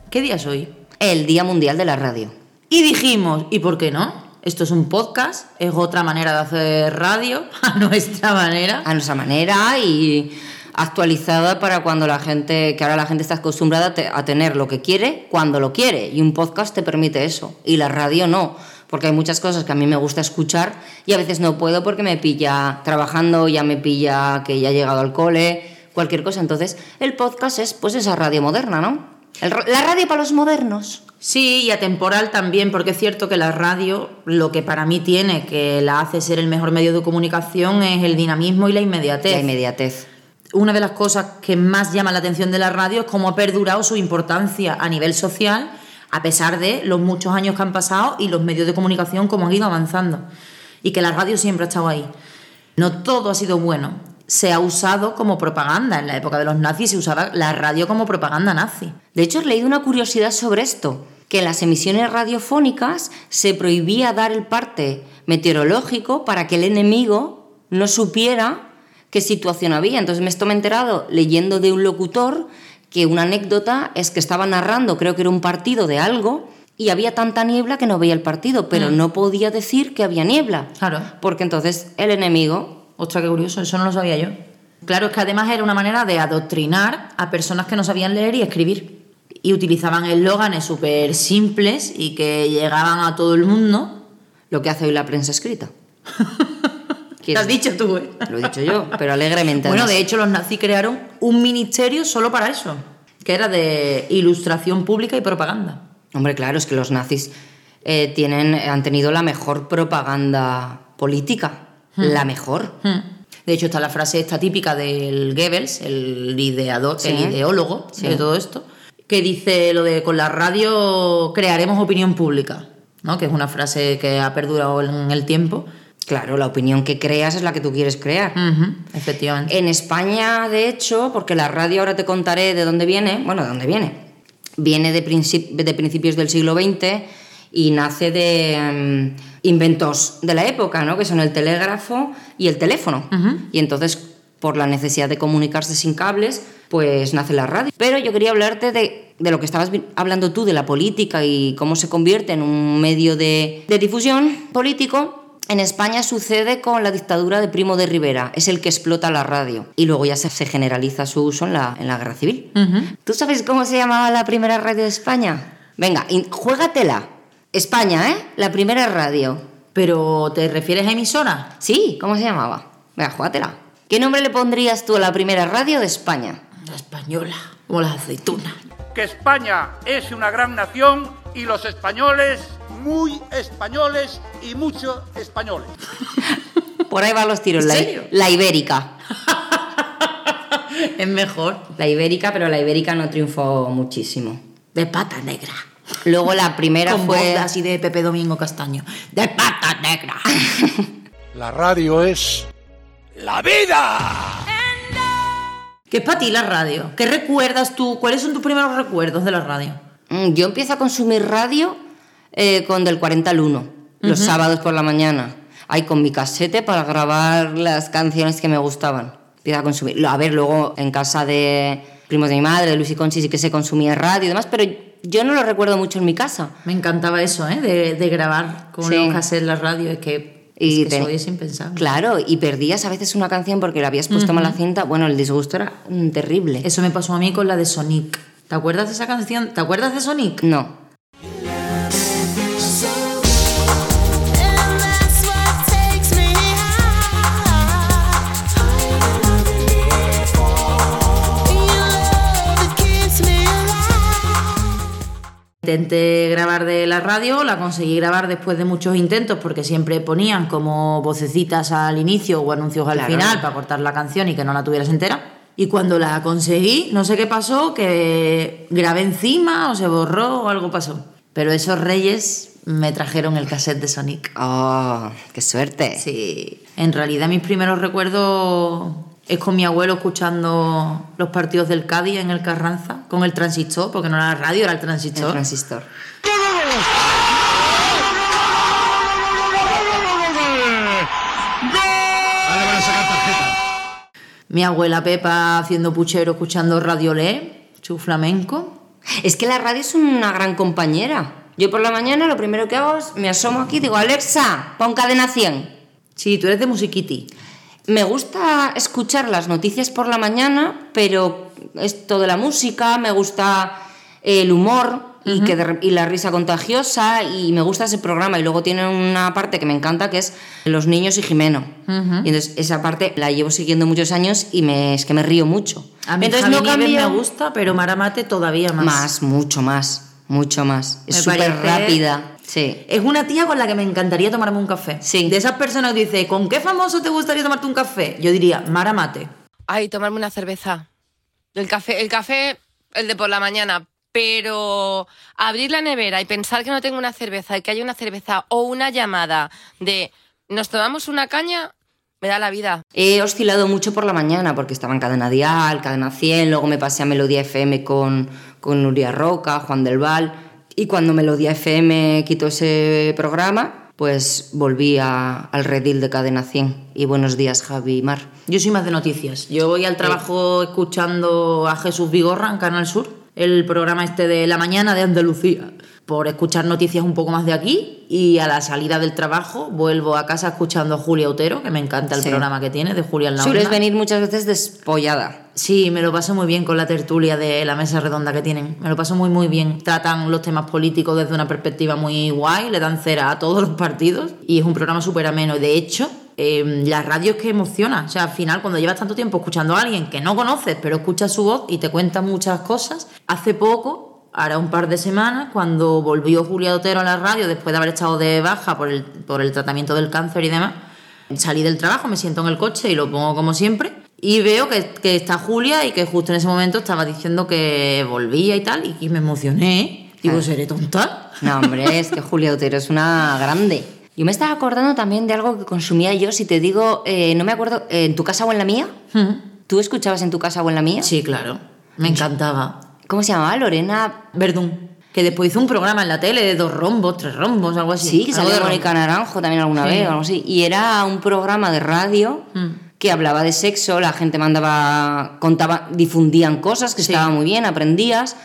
[SPEAKER 1] ¿Qué día es hoy?
[SPEAKER 2] El Día Mundial de la Radio.
[SPEAKER 1] Y dijimos, ¿y por qué no? Esto es un podcast, es otra manera de hacer radio, a nuestra manera.
[SPEAKER 2] A nuestra manera y actualizada para cuando la gente, que ahora la gente está acostumbrada a te- a tener lo que quiere cuando lo quiere. Y un podcast te permite eso. Y la radio no. Porque hay muchas cosas que a mí me gusta escuchar y a veces no puedo porque me pilla trabajando, ya me pilla que ya he llegado al cole, cualquier cosa. Entonces, el podcast es pues esa radio moderna, ¿no? El ra- la radio para los modernos.
[SPEAKER 1] Sí, y atemporal también, porque es cierto que la radio, lo que para mí tiene, que la hace ser el mejor medio de comunicación, es el dinamismo y la inmediatez.
[SPEAKER 2] La inmediatez.
[SPEAKER 1] Una de las cosas que más llama la atención de la radio es cómo ha perdurado su importancia a nivel social, a pesar de los muchos años que han pasado y los medios de comunicación cómo han ido avanzando. Y que la radio siempre ha estado ahí. No todo ha sido bueno. Se ha usado como propaganda. En la época de los nazis se usaba la radio como propaganda nazi.
[SPEAKER 2] De hecho, he leído una curiosidad sobre esto, que en las emisiones radiofónicas se prohibía dar el parte meteorológico para que el enemigo no supiera qué situación había. Entonces, me esto me he enterado leyendo de un locutor que una anécdota es que estaba narrando, creo que era un partido de algo, y había tanta niebla que no veía el partido, pero no podía decir que había niebla.
[SPEAKER 1] Mm. Claro.
[SPEAKER 2] Porque entonces el enemigo...
[SPEAKER 1] Ostras, qué curioso, eso no lo sabía yo. Claro, es que además era una manera de adoctrinar a personas que no sabían leer y escribir. Y utilizaban eslóganes súper simples y que llegaban a todo el mundo.
[SPEAKER 2] Lo que hace hoy la prensa escrita.
[SPEAKER 1] Lo has dicho tú, ¿eh?
[SPEAKER 2] Lo he dicho yo, pero alegremente.
[SPEAKER 1] Bueno,
[SPEAKER 2] además.
[SPEAKER 1] de hecho, los nazis crearon un ministerio solo para eso, que era de ilustración pública y propaganda.
[SPEAKER 2] Hombre, claro, es que los nazis eh, tienen, han tenido la mejor propaganda política. La mejor.
[SPEAKER 1] Hmm. De hecho, está la frase esta típica del Goebbels, el, ideador,
[SPEAKER 2] Sí.
[SPEAKER 1] el ideólogo
[SPEAKER 2] Sí.
[SPEAKER 1] de todo esto, que dice lo de con la radio crearemos opinión pública, ¿no? que es una frase que ha perdurado en el tiempo.
[SPEAKER 2] Claro, la opinión que creas es la que tú quieres crear.
[SPEAKER 1] Ujú, efectivamente.
[SPEAKER 2] En España, de hecho, porque la radio ahora te contaré de dónde viene, bueno, de dónde viene. Viene de, princip- de principios del siglo XX y nace de em, inventos de la época, ¿no? Que son el telégrafo y el teléfono. Y entonces, por la necesidad de comunicarse sin cables, pues nace la radio. Pero yo quería hablarte de, de lo que estabas vi- hablando tú, de la política y cómo se convierte en un medio de, de difusión político. En España sucede con la dictadura de Primo de Rivera, es el que explota la radio y luego ya se, se generaliza su uso en la, en la guerra civil.
[SPEAKER 1] Ujú.
[SPEAKER 2] ¿Tú sabes cómo se llamaba la primera radio de España? Venga, in- juégatela. España, ¿eh? La primera radio.
[SPEAKER 1] Pero, ¿te refieres a emisora?
[SPEAKER 2] Sí, ¿cómo se llamaba? Venga, juégatela. ¿Qué nombre le pondrías tú a la primera radio de España?
[SPEAKER 1] La española, como las aceitunas.
[SPEAKER 5] que España es una gran nación y los españoles muy españoles y mucho españoles.
[SPEAKER 2] Por ahí van los tiros.
[SPEAKER 1] ¿En
[SPEAKER 2] la-
[SPEAKER 1] serio?
[SPEAKER 2] la ibérica.
[SPEAKER 1] es mejor.
[SPEAKER 2] La ibérica, pero la ibérica no triunfó muchísimo.
[SPEAKER 1] De pata negra.
[SPEAKER 2] Luego la primera
[SPEAKER 1] Con
[SPEAKER 2] fue...
[SPEAKER 1] voz así de Pepe Domingo Castaño. De pata negra.
[SPEAKER 6] La radio es la vida.
[SPEAKER 1] ¿Qué es para ti la radio? ¿Qué recuerdas tú? ¿Cuáles son tus primeros recuerdos de la radio?
[SPEAKER 2] Mm, Yo empiezo a consumir radio eh, con del 40 al 1, los sábados por la mañana. Ahí con mi casete para grabar las canciones que me gustaban. Empiezo a consumir. A ver, luego en casa de primos de mi madre, de Luis y Conchi, sí que se consumía radio y demás, pero yo no lo recuerdo mucho en mi casa.
[SPEAKER 1] Me encantaba eso, ¿eh? De, de grabar con
[SPEAKER 2] Sí.
[SPEAKER 1] los cassettes la radio. Es que,
[SPEAKER 2] Y
[SPEAKER 1] es que
[SPEAKER 2] te-
[SPEAKER 1] eso hoy es impensable.
[SPEAKER 2] Claro, y perdías a veces una canción porque la habías puesto mala cinta. Bueno, el disgusto era mm, terrible.
[SPEAKER 1] Eso me pasó a mí con la de Sonic. ¿Te acuerdas de esa canción? ¿Te acuerdas de Sonic?
[SPEAKER 2] No.
[SPEAKER 1] Intenté grabar de la radio, la conseguí grabar después de muchos intentos porque siempre ponían como vocecitas al inicio o anuncios al
[SPEAKER 2] Claro.
[SPEAKER 1] final para cortar la canción y que no la tuvieras entera. Y cuando la conseguí, no sé qué pasó, que grabé encima o se borró o algo pasó. Pero esos reyes me trajeron el cassette de Sonic.
[SPEAKER 2] Oh, qué suerte.
[SPEAKER 1] Sí. En realidad mis primeros recuerdos es con mi abuelo escuchando los partidos del Cádiz en el Carranza, con el transistor, porque no era la radio, era el
[SPEAKER 2] El
[SPEAKER 1] transistor.
[SPEAKER 2] transistor.
[SPEAKER 6] Ahora van a sacar tarjeta.
[SPEAKER 1] Mi abuela Pepa haciendo puchero, escuchando Radiolé, su flamenco.
[SPEAKER 2] Es que la radio es una gran compañera. Yo por la mañana lo primero que hago es me asomo aquí y digo, Alexa, pon cadena 100.
[SPEAKER 1] Sí, tú eres de musiquiti.
[SPEAKER 2] Me gusta escuchar las noticias por la mañana, pero esto de la música, me gusta el humor y, que de re- y la risa contagiosa y me gusta ese programa. Y luego tiene una parte que me encanta que es Los niños y Jimeno. Y entonces esa parte la llevo siguiendo muchos años y me, es que me río mucho.
[SPEAKER 1] A mí
[SPEAKER 2] entonces
[SPEAKER 1] Javi Nieves
[SPEAKER 2] cambio-
[SPEAKER 1] me gusta, pero Maramate todavía más.
[SPEAKER 2] Más, mucho más, mucho más. Es
[SPEAKER 1] Me
[SPEAKER 2] súper
[SPEAKER 1] parece-
[SPEAKER 2] rápida. Sí.
[SPEAKER 1] Es una tía con la que me encantaría tomarme un café.
[SPEAKER 2] Sí.
[SPEAKER 1] De esas personas que dice, ¿con qué famoso te gustaría tomarte un café? Yo diría, Maramate.
[SPEAKER 7] Ay, tomarme una cerveza. El café, el café, el de por la mañana. Pero abrir la nevera y pensar que no tengo una cerveza y que hay una cerveza o una llamada de nos tomamos una caña, me da la vida.
[SPEAKER 2] He oscilado mucho por la mañana porque estaba en Cadena Dial, Cadena 100, luego me pasé a Melodía FM con, con Nuria Roca, Juan del Val, y cuando Melodía FM quitó ese programa, pues volví a- al redil de Cadena 100. Y buenos días, Javi y Mar.
[SPEAKER 1] Yo soy más de noticias. Yo voy al trabajo escuchando a Jesús Vigorra en Canal Sur, el programa este de la mañana de Andalucía, por escuchar noticias un poco más de aquí y a la salida del trabajo vuelvo a casa escuchando a Julia Otero, que me encanta el
[SPEAKER 2] Sí.
[SPEAKER 1] programa que tiene de Julia en la
[SPEAKER 2] Sueles
[SPEAKER 1] Onda.
[SPEAKER 2] venir muchas veces despollada.
[SPEAKER 1] Sí, me lo paso muy bien con la tertulia de la mesa redonda que tienen. Me lo paso muy, muy bien. Tratan los temas políticos desde una perspectiva muy guay, le dan cera a todos los partidos y es un programa súper ameno. De hecho, eh, la radio es que emociona. O sea, al final, cuando llevas tanto tiempo escuchando a alguien que no conoces, pero escuchas su voz y te cuenta muchas cosas, hace poco Ahora un par de semanas, cuando volvió Julia Otero a la radio, después de haber estado de baja por el, por el tratamiento del cáncer y demás, salí del trabajo, me siento en el coche y lo pongo como siempre. Y veo que, que está Julia y que justo en ese momento estaba diciendo que volvía y tal, y, que me emocioné. Digo,
[SPEAKER 2] Claro.
[SPEAKER 1] ¿seré tonta?
[SPEAKER 2] Ah. No, hombre, es que Julia Otero es una grande. Yo me estaba acordando también de algo que consumía yo, si te digo, eh, no me acuerdo, eh, ¿en tu casa o en la mía? ¿Tú escuchabas en tu casa o en la mía?
[SPEAKER 1] Mm. Sí, claro. Me encantaba.
[SPEAKER 2] ¿Cómo se llamaba? Lorena.
[SPEAKER 1] Verdún. Que después hizo un programa en la tele de dos rombos, tres rombos, algo así.
[SPEAKER 2] Sí, que
[SPEAKER 1] Algo
[SPEAKER 2] salió
[SPEAKER 1] de
[SPEAKER 2] Mónica
[SPEAKER 1] rombo.
[SPEAKER 2] Naranjo también alguna vez o algo así. Y era un programa de radio
[SPEAKER 1] Mm.
[SPEAKER 2] que hablaba de sexo, la gente mandaba, contaba, difundían cosas que
[SPEAKER 1] Sí.
[SPEAKER 2] estaba muy bien, aprendías.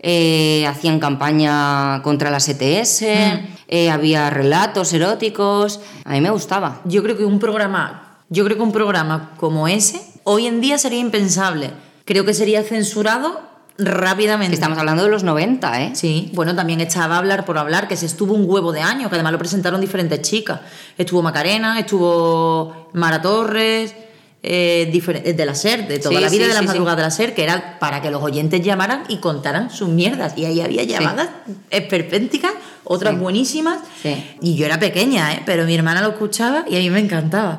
[SPEAKER 2] eh, hacían campaña contra las ETS,
[SPEAKER 1] Mm.
[SPEAKER 2] eh, había relatos eróticos. A mí me gustaba.
[SPEAKER 1] Yo creo que un programa, yo creo que un programa como ese hoy en día sería impensable. Creo que sería censurado rápidamente.
[SPEAKER 2] Que estamos hablando de los 90, ¿eh?
[SPEAKER 1] Sí, bueno, también estaba Hablar por Hablar, que se estuvo un huevo de año, que además lo presentaron diferentes chicas. Estuvo Macarena, estuvo Mara Torres, eh, difer- eh, de la SER, de toda
[SPEAKER 2] Sí,
[SPEAKER 1] la vida
[SPEAKER 2] sí,
[SPEAKER 1] de la
[SPEAKER 2] sí,
[SPEAKER 1] madrugada de la SER, que era para que los oyentes llamaran y contaran sus mierdas. Y ahí había llamadas esperpénticas, otras
[SPEAKER 2] Sí.
[SPEAKER 1] buenísimas.
[SPEAKER 2] Sí.
[SPEAKER 1] Y yo era pequeña, ¿eh? pero mi hermana lo escuchaba y a mí me encantaba.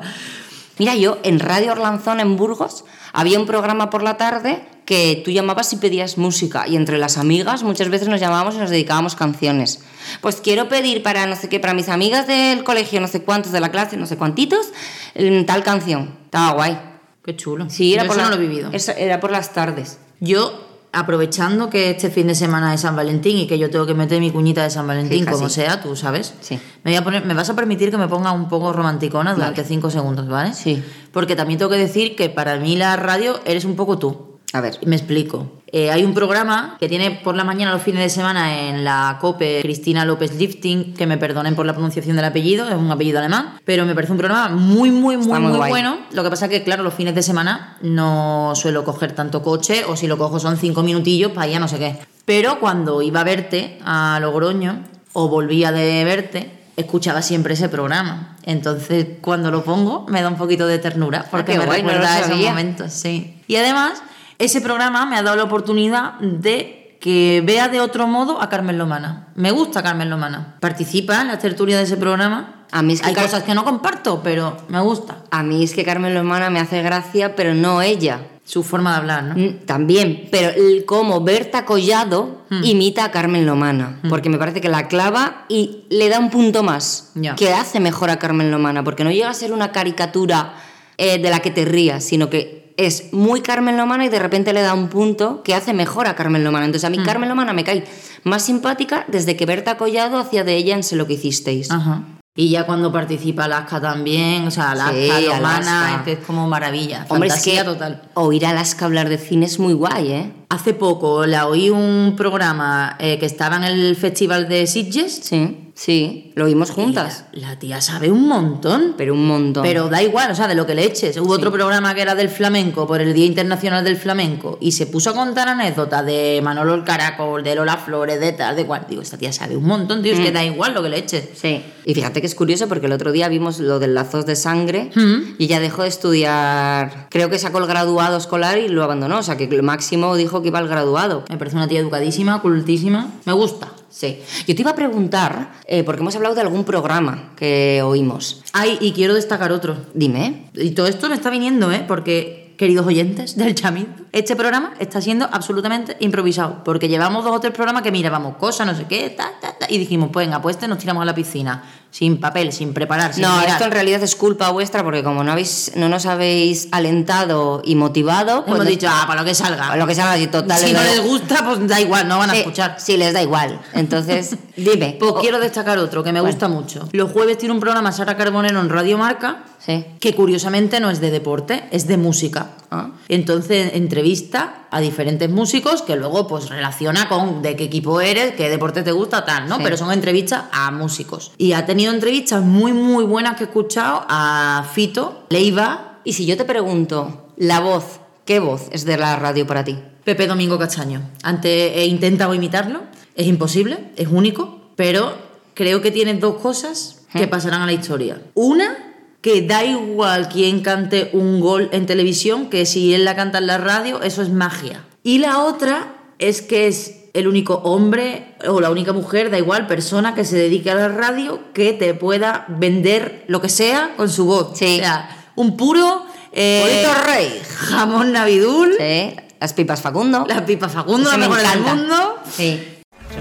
[SPEAKER 2] Mira, yo en Radio Orlanzón en Burgos había un programa por la tarde que tú llamabas y pedías música y entre las amigas muchas veces nos llamábamos y nos dedicábamos canciones. Pues quiero pedir para no sé qué, para mis amigas del colegio, no sé cuántos de la clase, no sé cuántitos, mm, tal canción. Estaba guay.
[SPEAKER 1] Qué chulo.
[SPEAKER 2] Sí, era
[SPEAKER 1] Yo
[SPEAKER 2] por
[SPEAKER 1] eso
[SPEAKER 2] la-
[SPEAKER 1] no lo he vivido.
[SPEAKER 2] eso era por las tardes.
[SPEAKER 1] Yo aprovechando que este fin de semana es San Valentín y que yo tengo que meter mi cuñita de San Valentín,
[SPEAKER 2] Fija,
[SPEAKER 1] como
[SPEAKER 2] sí.
[SPEAKER 1] sea, tú sabes.
[SPEAKER 2] Sí.
[SPEAKER 1] Me, voy a poner, me vas a permitir que me ponga un poco romanticona durante
[SPEAKER 2] Vale.
[SPEAKER 1] cinco segundos, ¿vale?
[SPEAKER 2] Sí.
[SPEAKER 1] Porque también tengo que decir que para mí la radio eres un poco tú.
[SPEAKER 2] A ver.
[SPEAKER 1] Me explico. Eh, hay un programa que tiene por la mañana los fines de semana en la COPE Cristina López Lifting, que me perdonen por la pronunciación del apellido, es un apellido alemán, pero me parece un programa muy, muy, muy,
[SPEAKER 2] Está muy
[SPEAKER 1] muy
[SPEAKER 2] guay.
[SPEAKER 1] bueno. Lo que pasa que, claro, los fines de semana no suelo coger tanto coche, o si lo cojo son cinco minutillos para ir a no sé qué. Pero cuando iba a verte a Logroño, o volvía de verte, escuchaba siempre ese programa. Entonces, cuando lo pongo, me da un poquito de ternura, porque
[SPEAKER 2] Ah, qué
[SPEAKER 1] me
[SPEAKER 2] guay, no lo
[SPEAKER 1] recuerda a esos
[SPEAKER 2] sabía.
[SPEAKER 1] momentos momentos, sí. Y además, ese programa me ha dado la oportunidad de que vea de otro modo a Carmen Lomana. Me gusta Carmen Lomana. Participa en la tertulia de ese programa.
[SPEAKER 2] A mí es que
[SPEAKER 1] Hay
[SPEAKER 2] Car-
[SPEAKER 1] cosas que no comparto, pero me gusta.
[SPEAKER 2] A mí es que Carmen Lomana me hace gracia, pero no ella.
[SPEAKER 1] Su forma de hablar, ¿no?
[SPEAKER 2] Mm, También, pero el cómo Berta Collado
[SPEAKER 1] Mm.
[SPEAKER 2] imita a Carmen Lomana, porque me parece que la clava y le da un punto más,
[SPEAKER 1] Ya.
[SPEAKER 2] que hace mejor a Carmen Lomana, porque no llega a ser una caricatura eh, de la que te rías, sino que es muy Carmen Lomana y de repente le da un punto que hace mejor a Carmen Lomana. Entonces
[SPEAKER 1] Mm.
[SPEAKER 2] a mí Carmen Lomana me cae más simpática desde que Berta Collado hacía de ella en Sé lo que hicisteis.
[SPEAKER 1] Ajá. Y ya cuando participa Alaska también, o sea, Alaska,
[SPEAKER 2] Sí,
[SPEAKER 1] Lomana, este
[SPEAKER 2] Alaska.
[SPEAKER 1] es que es como maravilla.
[SPEAKER 2] Hombre, es
[SPEAKER 1] fantasía
[SPEAKER 2] que
[SPEAKER 1] total.
[SPEAKER 2] oír a Alaska hablar de cine es muy guay, ¿eh?
[SPEAKER 1] Hace poco la oí un programa eh, que estaba en el festival de Sitges.
[SPEAKER 2] Sí, sí, lo vimos
[SPEAKER 1] y la-
[SPEAKER 2] juntas.
[SPEAKER 1] la tía sabe un montón.
[SPEAKER 2] Pero un montón.
[SPEAKER 1] Pero da igual, o sea, de lo que le eches. Hubo otro programa que era del flamenco por el Día Internacional del Flamenco y se puso a contar anécdotas de Manolo el Caracol, de Lola Flores, de tal, de cual. Digo, esta tía sabe un montón, tío, es que da igual lo que le eches.
[SPEAKER 2] Sí. Y fíjate que es curioso porque el otro día vimos lo del lazos de sangre
[SPEAKER 1] Hmm.
[SPEAKER 2] y ella dejó de estudiar. Creo que sacó el graduado escolar y lo abandonó. O sea, que lo máximo dijo que iba al graduado.
[SPEAKER 1] Me parece una tía educadísima, cultísima. Me gusta.
[SPEAKER 2] Sí. Yo te iba a preguntar, eh, porque hemos hablado de algún programa que oímos.
[SPEAKER 1] Ay, y quiero destacar otro.
[SPEAKER 2] Dime.
[SPEAKER 1] Y todo esto me está viniendo, ¿eh? Porque, queridos oyentes del Chamín, este programa está siendo absolutamente improvisado. Porque llevamos dos o tres programas que mirábamos cosas, no sé qué, ta, ta, ta, y dijimos, pues venga, pues este nos tiramos a la piscina. Sin papel, sin preparar, sin
[SPEAKER 2] No,
[SPEAKER 1] mirar.
[SPEAKER 2] esto en realidad es culpa vuestra porque como no, habéis, no nos habéis alentado y motivado,
[SPEAKER 1] Hemos dicho, ah, para lo que salga.
[SPEAKER 2] a lo que sea, así total.
[SPEAKER 1] si
[SPEAKER 2] les
[SPEAKER 1] no
[SPEAKER 2] da
[SPEAKER 1] les
[SPEAKER 2] igual.
[SPEAKER 1] gusta, pues da igual, no van a
[SPEAKER 2] Sí,
[SPEAKER 1] escuchar.
[SPEAKER 2] Sí, les da igual. Entonces, dime.
[SPEAKER 1] Pues
[SPEAKER 2] O-
[SPEAKER 1] quiero destacar otro que me gusta mucho. Los jueves tiene un programa Sara Carbonero en Radio Marca,
[SPEAKER 2] Sí.
[SPEAKER 1] que curiosamente no es de deporte, es de música.
[SPEAKER 2] Ah.
[SPEAKER 1] Entonces entrevista a diferentes músicos que luego pues relaciona con de qué equipo eres, qué deporte te gusta, tal, ¿no?
[SPEAKER 2] Sí.
[SPEAKER 1] Pero son entrevistas a músicos. Y ha tenido entrevistas muy, muy buenas que he escuchado a Fito, Leiva,
[SPEAKER 2] Y si yo te pregunto, la voz, ¿qué voz es de la radio para ti?
[SPEAKER 1] Pepe Domingo Castaño. Antes he intentado imitarlo, es imposible, es único, pero creo que tiene dos cosas que pasarán a la historia. Una, que da igual quien cante un gol en televisión, que si él la canta en la radio, eso es magia. Y la otra es que es el único hombre o la única mujer, da igual, persona que se dedique a la radio, que te pueda vender lo que sea con su voz.
[SPEAKER 2] Sí.
[SPEAKER 1] O sea, un puro... eh,
[SPEAKER 2] Polito Rey.
[SPEAKER 1] Jamón Navidul.
[SPEAKER 2] Sí, las pipas Facundo.
[SPEAKER 1] La pipa Facundo, la
[SPEAKER 2] Ese me
[SPEAKER 1] mejor del
[SPEAKER 2] encanta.
[SPEAKER 1] mundo.
[SPEAKER 2] Sí.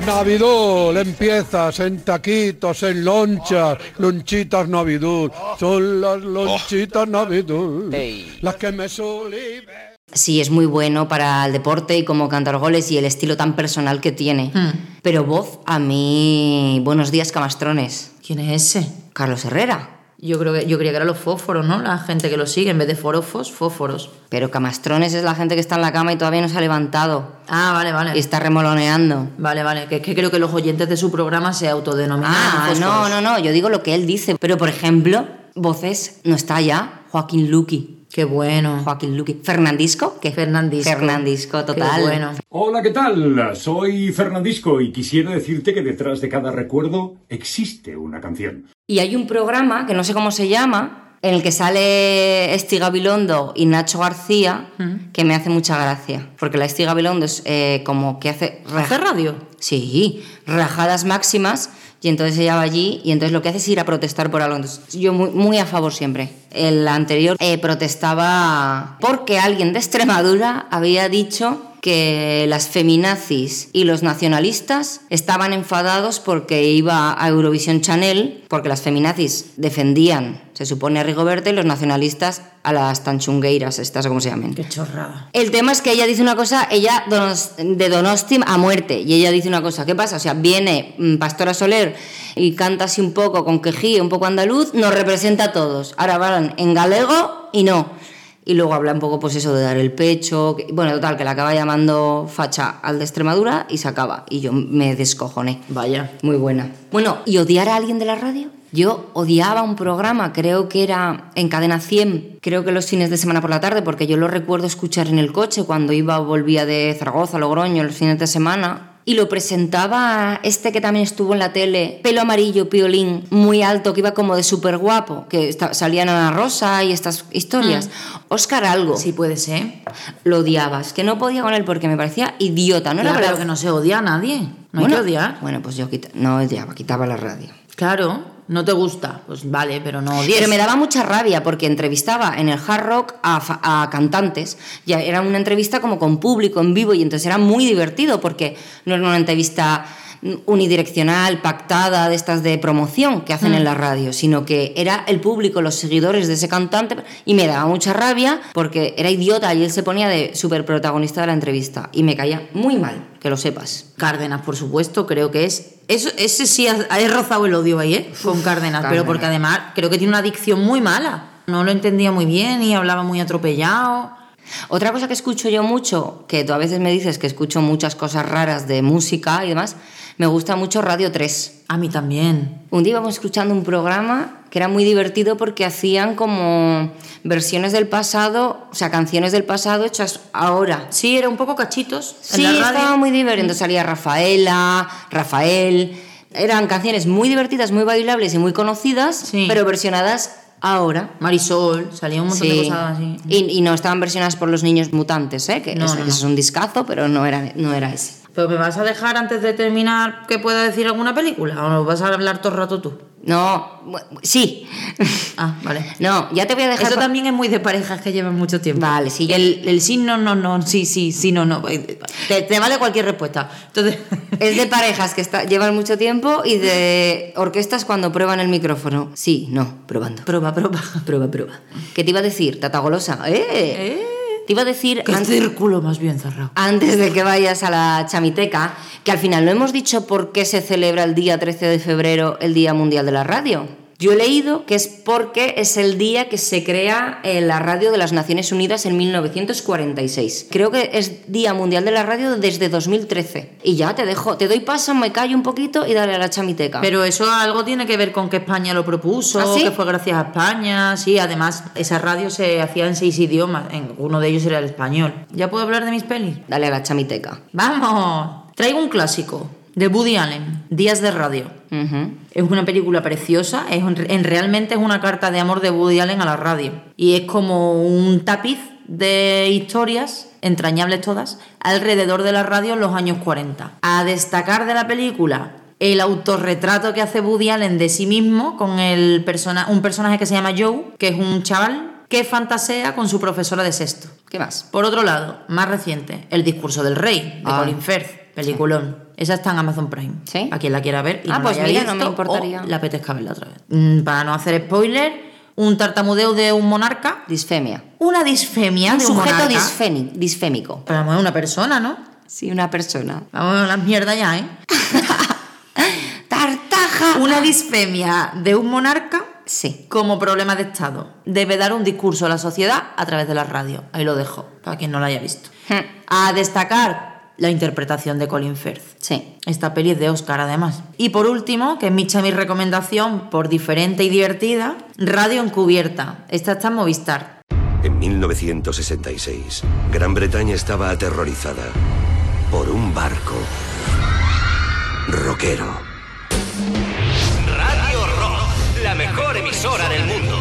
[SPEAKER 8] Navidul empiezas en taquitos, en lonchas, lonchitas Navidul. Son las lonchitas Navidul las que me suelen...
[SPEAKER 2] Sí, es muy bueno para el deporte y como cantar goles y el estilo tan personal que tiene. Pero voz, a mí, buenos días, camastrones.
[SPEAKER 1] ¿Quién es ese?
[SPEAKER 2] Carlos Herrera.
[SPEAKER 1] Yo creo que yo creía que eran los fósforos, ¿no? La gente que lo sigue, en vez de forofos, fósforos.
[SPEAKER 2] Pero camastrones es la gente que está en la cama y todavía no se ha levantado
[SPEAKER 1] Ah, vale, vale.
[SPEAKER 2] y está remoloneando.
[SPEAKER 1] Vale, vale. Que es que creo que los oyentes de su programa se autodenominan.
[SPEAKER 2] Ah, no,
[SPEAKER 1] fósforos.
[SPEAKER 2] no, no, yo digo lo que él dice. Pero, por ejemplo, voces, no está ya Joaquín Luqui.
[SPEAKER 1] Qué bueno.
[SPEAKER 2] Joaquín Luque. ¿Fernandisco? ¿Qué?
[SPEAKER 1] Fernandisco.
[SPEAKER 2] Fernandisco, total.
[SPEAKER 1] Qué bueno.
[SPEAKER 9] Hola, ¿qué tal? Soy Fernandisco y quisiera decirte que detrás de cada recuerdo existe una canción.
[SPEAKER 2] Y hay un programa que no sé cómo se llama, en el que sale Esti Gabilondo y Nacho García,
[SPEAKER 1] Mm.
[SPEAKER 2] que me hace mucha gracia. Porque la Esti Gabilondo es eh, como que hace. raj-
[SPEAKER 1] ¿Hace radio?
[SPEAKER 2] Sí, rajadas máximas. Y entonces ella va allí y entonces lo que hace es ir a protestar por algo. Entonces, yo muy, muy a favor siempre. El anterior eh, protestaba porque alguien de Extremadura había dicho que las feminazis y los nacionalistas estaban enfadados porque iba a Eurovisión Chanel, porque las feminazis defendían, se supone, a Rigoberta y los nacionalistas a a las tanchungueiras, estas o como se llamen.
[SPEAKER 1] Qué chorrada.
[SPEAKER 2] El tema es que ella dice una cosa, ella donos- de Donosti a muerte, y ella dice una cosa, ¿qué pasa? O sea, viene mm, Pastora Soler y canta así un poco con quejí, un poco andaluz, nos representa a todos. Ahora van en galego y no. Y luego habla un poco, pues eso, de dar el pecho. que- bueno, total, que la acaba llamando facha al de Extremadura y se acaba. Y yo me descojoné.
[SPEAKER 1] Vaya.
[SPEAKER 2] Muy buena. Bueno, ¿y odiar a alguien de la radio? Yo odiaba un programa, creo que era en Cadena 100, creo que los fines de semana por la tarde, porque yo lo recuerdo escuchar en el coche cuando iba o volvía de Zaragoza, Logroño, los fines de semana. Y lo presentaba este que también estuvo en la tele, pelo amarillo, piolín, muy alto, que iba como de súper guapo, que esta- salía en Ana Rosa y estas historias. Oscar algo.
[SPEAKER 1] Mm. Sí puede ser.
[SPEAKER 2] Lo odiabas, que no podía con él porque me parecía idiota, ¿no?
[SPEAKER 1] Claro,
[SPEAKER 2] era
[SPEAKER 1] pero que no se odia a nadie. No
[SPEAKER 2] bueno,
[SPEAKER 1] hay que odiar.
[SPEAKER 2] Bueno, pues yo quita- no odiaba, quitaba la radio.
[SPEAKER 1] Claro. No te gusta. Pues vale, pero no odies.
[SPEAKER 2] Pero me daba mucha rabia porque entrevistaba en el hard rock a, fa- a cantantes. Ya era una entrevista como con público en vivo y entonces era muy divertido porque no era una entrevista mm, unidireccional, pactada, de estas de promoción que hacen en la radio, sino que era el público, los seguidores de ese cantante y me daba mucha rabia porque era idiota y él se ponía de súper protagonista de la entrevista y me caía muy mal, que lo sepas.
[SPEAKER 1] Cárdenas, por supuesto, creo que es. Eso, ese sí, ha, ha rozado el odio ahí, ¿eh? Con Cárdenas, pero
[SPEAKER 2] Cárdenas.
[SPEAKER 1] porque además creo que tiene una adicción muy mala. No lo entendía muy bien y hablaba muy atropellado.
[SPEAKER 2] Otra cosa que escucho yo mucho, que tú a veces me dices que escucho muchas cosas raras de música y demás, me gusta mucho Radio 3.
[SPEAKER 1] A mí también.
[SPEAKER 2] Un día íbamos escuchando un programa que era muy divertido porque hacían como versiones del pasado, o sea, canciones del pasado hechas ahora.
[SPEAKER 1] Sí, era un poco cachitos.
[SPEAKER 2] Sí,
[SPEAKER 1] en la radio.
[SPEAKER 2] estaba muy divertido. Entonces salía Rafaela, Rafael. Eran canciones muy divertidas, muy bailables y muy conocidas,
[SPEAKER 1] Sí.
[SPEAKER 2] pero versionadas ahora.
[SPEAKER 1] Marisol, salía un montón de
[SPEAKER 2] Sí.
[SPEAKER 1] cosas así.
[SPEAKER 2] Y, y no estaban versionadas por los niños mutantes, ¿eh? que
[SPEAKER 1] No,
[SPEAKER 2] ese-
[SPEAKER 1] no, no.
[SPEAKER 2] ese es un discazo, pero no era, no era ese.
[SPEAKER 1] Pero me vas a dejar antes de terminar que pueda decir alguna película o nos vas a hablar todo el rato tú.
[SPEAKER 2] No, bu- sí.
[SPEAKER 1] Ah, vale.
[SPEAKER 2] No, ya te voy a dejar.
[SPEAKER 1] Eso
[SPEAKER 2] pa-
[SPEAKER 1] también es muy de parejas que llevan mucho tiempo.
[SPEAKER 2] Vale, sí, yo-
[SPEAKER 1] El, el sí, no, no, no, sí, sí, sí, no, no. Te, te vale cualquier respuesta. Entonces.
[SPEAKER 2] Es de parejas que está- llevan mucho tiempo y de orquestas cuando prueban el micrófono. Sí, no, probando.
[SPEAKER 1] Prueba, prueba.
[SPEAKER 2] Prueba, prueba. ¿Qué te iba a decir, Tata Golosa? ¡Eh! Te iba a decir
[SPEAKER 1] Qué
[SPEAKER 2] antes,
[SPEAKER 1] círculo más bien cerrado.
[SPEAKER 2] antes de que vayas a la chamiteca, que al final no hemos dicho por qué se celebra el día 13 de febrero el Día Mundial de la Radio. Yo he leído que es porque es el día que se crea eh, la radio de las Naciones Unidas en 1946. Creo que es Día Mundial de la Radio desde 2013. Y ya te dejo, te doy paso, me callo un poquito y dale a la chamiteca.
[SPEAKER 1] Pero eso algo tiene que ver con que España lo propuso,
[SPEAKER 2] ¿Ah, sí?
[SPEAKER 1] que fue gracias a España. Sí, además, esa radio se hacía en seis idiomas. En uno de ellos era el español. ¿Ya puedo hablar de mis pelis?
[SPEAKER 2] Dale a la chamiteca.
[SPEAKER 1] ¡Vamos! Traigo un clásico de Woody Allen, Días de Radio.
[SPEAKER 2] Ujú.
[SPEAKER 1] Es una película preciosa, es un- en, realmente es una carta de amor de Woody Allen a la radio. Y es como un tapiz de historias, entrañables todas, alrededor de la radio en los años 40. A destacar de la película el autorretrato que hace Woody Allen de sí mismo con el persona, un personaje que se llama Joe, que es un chaval que fantasea con su profesora de sexto.
[SPEAKER 2] ¿Qué más?
[SPEAKER 1] Por otro lado, más reciente, El discurso del rey, de
[SPEAKER 2] Ah.
[SPEAKER 1] Colin Firth, peliculón. Esa está en Amazon Prime.
[SPEAKER 2] Sí.
[SPEAKER 1] A quien la quiera ver y no
[SPEAKER 2] Ah,
[SPEAKER 1] la
[SPEAKER 2] pues
[SPEAKER 1] haya
[SPEAKER 2] mira, no me
[SPEAKER 1] visto, o
[SPEAKER 2] importaría.
[SPEAKER 1] le apetezca verla otra vez. Mm, para no hacer spoiler, un tartamudeo de un monarca,
[SPEAKER 2] Disfemia.
[SPEAKER 1] una disfemia
[SPEAKER 2] Un
[SPEAKER 1] de un
[SPEAKER 2] sujeto
[SPEAKER 1] monarca.
[SPEAKER 2] disféni- disfémico.
[SPEAKER 1] Pero vamos, es una persona, ¿no?
[SPEAKER 2] Sí, una persona.
[SPEAKER 1] Vamos a las mierdas ya, ¿eh?
[SPEAKER 2] ¡Tartaja!
[SPEAKER 1] Una disfemia de un monarca
[SPEAKER 2] Sí.
[SPEAKER 1] como problema de Estado. Debe dar un discurso a la sociedad a través de la radio. Ahí lo dejo, para quien no la haya visto.
[SPEAKER 2] Hmm.
[SPEAKER 1] A destacar la interpretación de Colin Firth.
[SPEAKER 2] Sí.
[SPEAKER 1] Esta peli es de Oscar, además. Y por último, que es mi chami recomendación por diferente y divertida, Radio Encubierta. Esta está en Movistar.
[SPEAKER 10] En 1966, Gran Bretaña estaba aterrorizada por un barco rockero.
[SPEAKER 11] Radio Rock, la mejor emisora del mundo.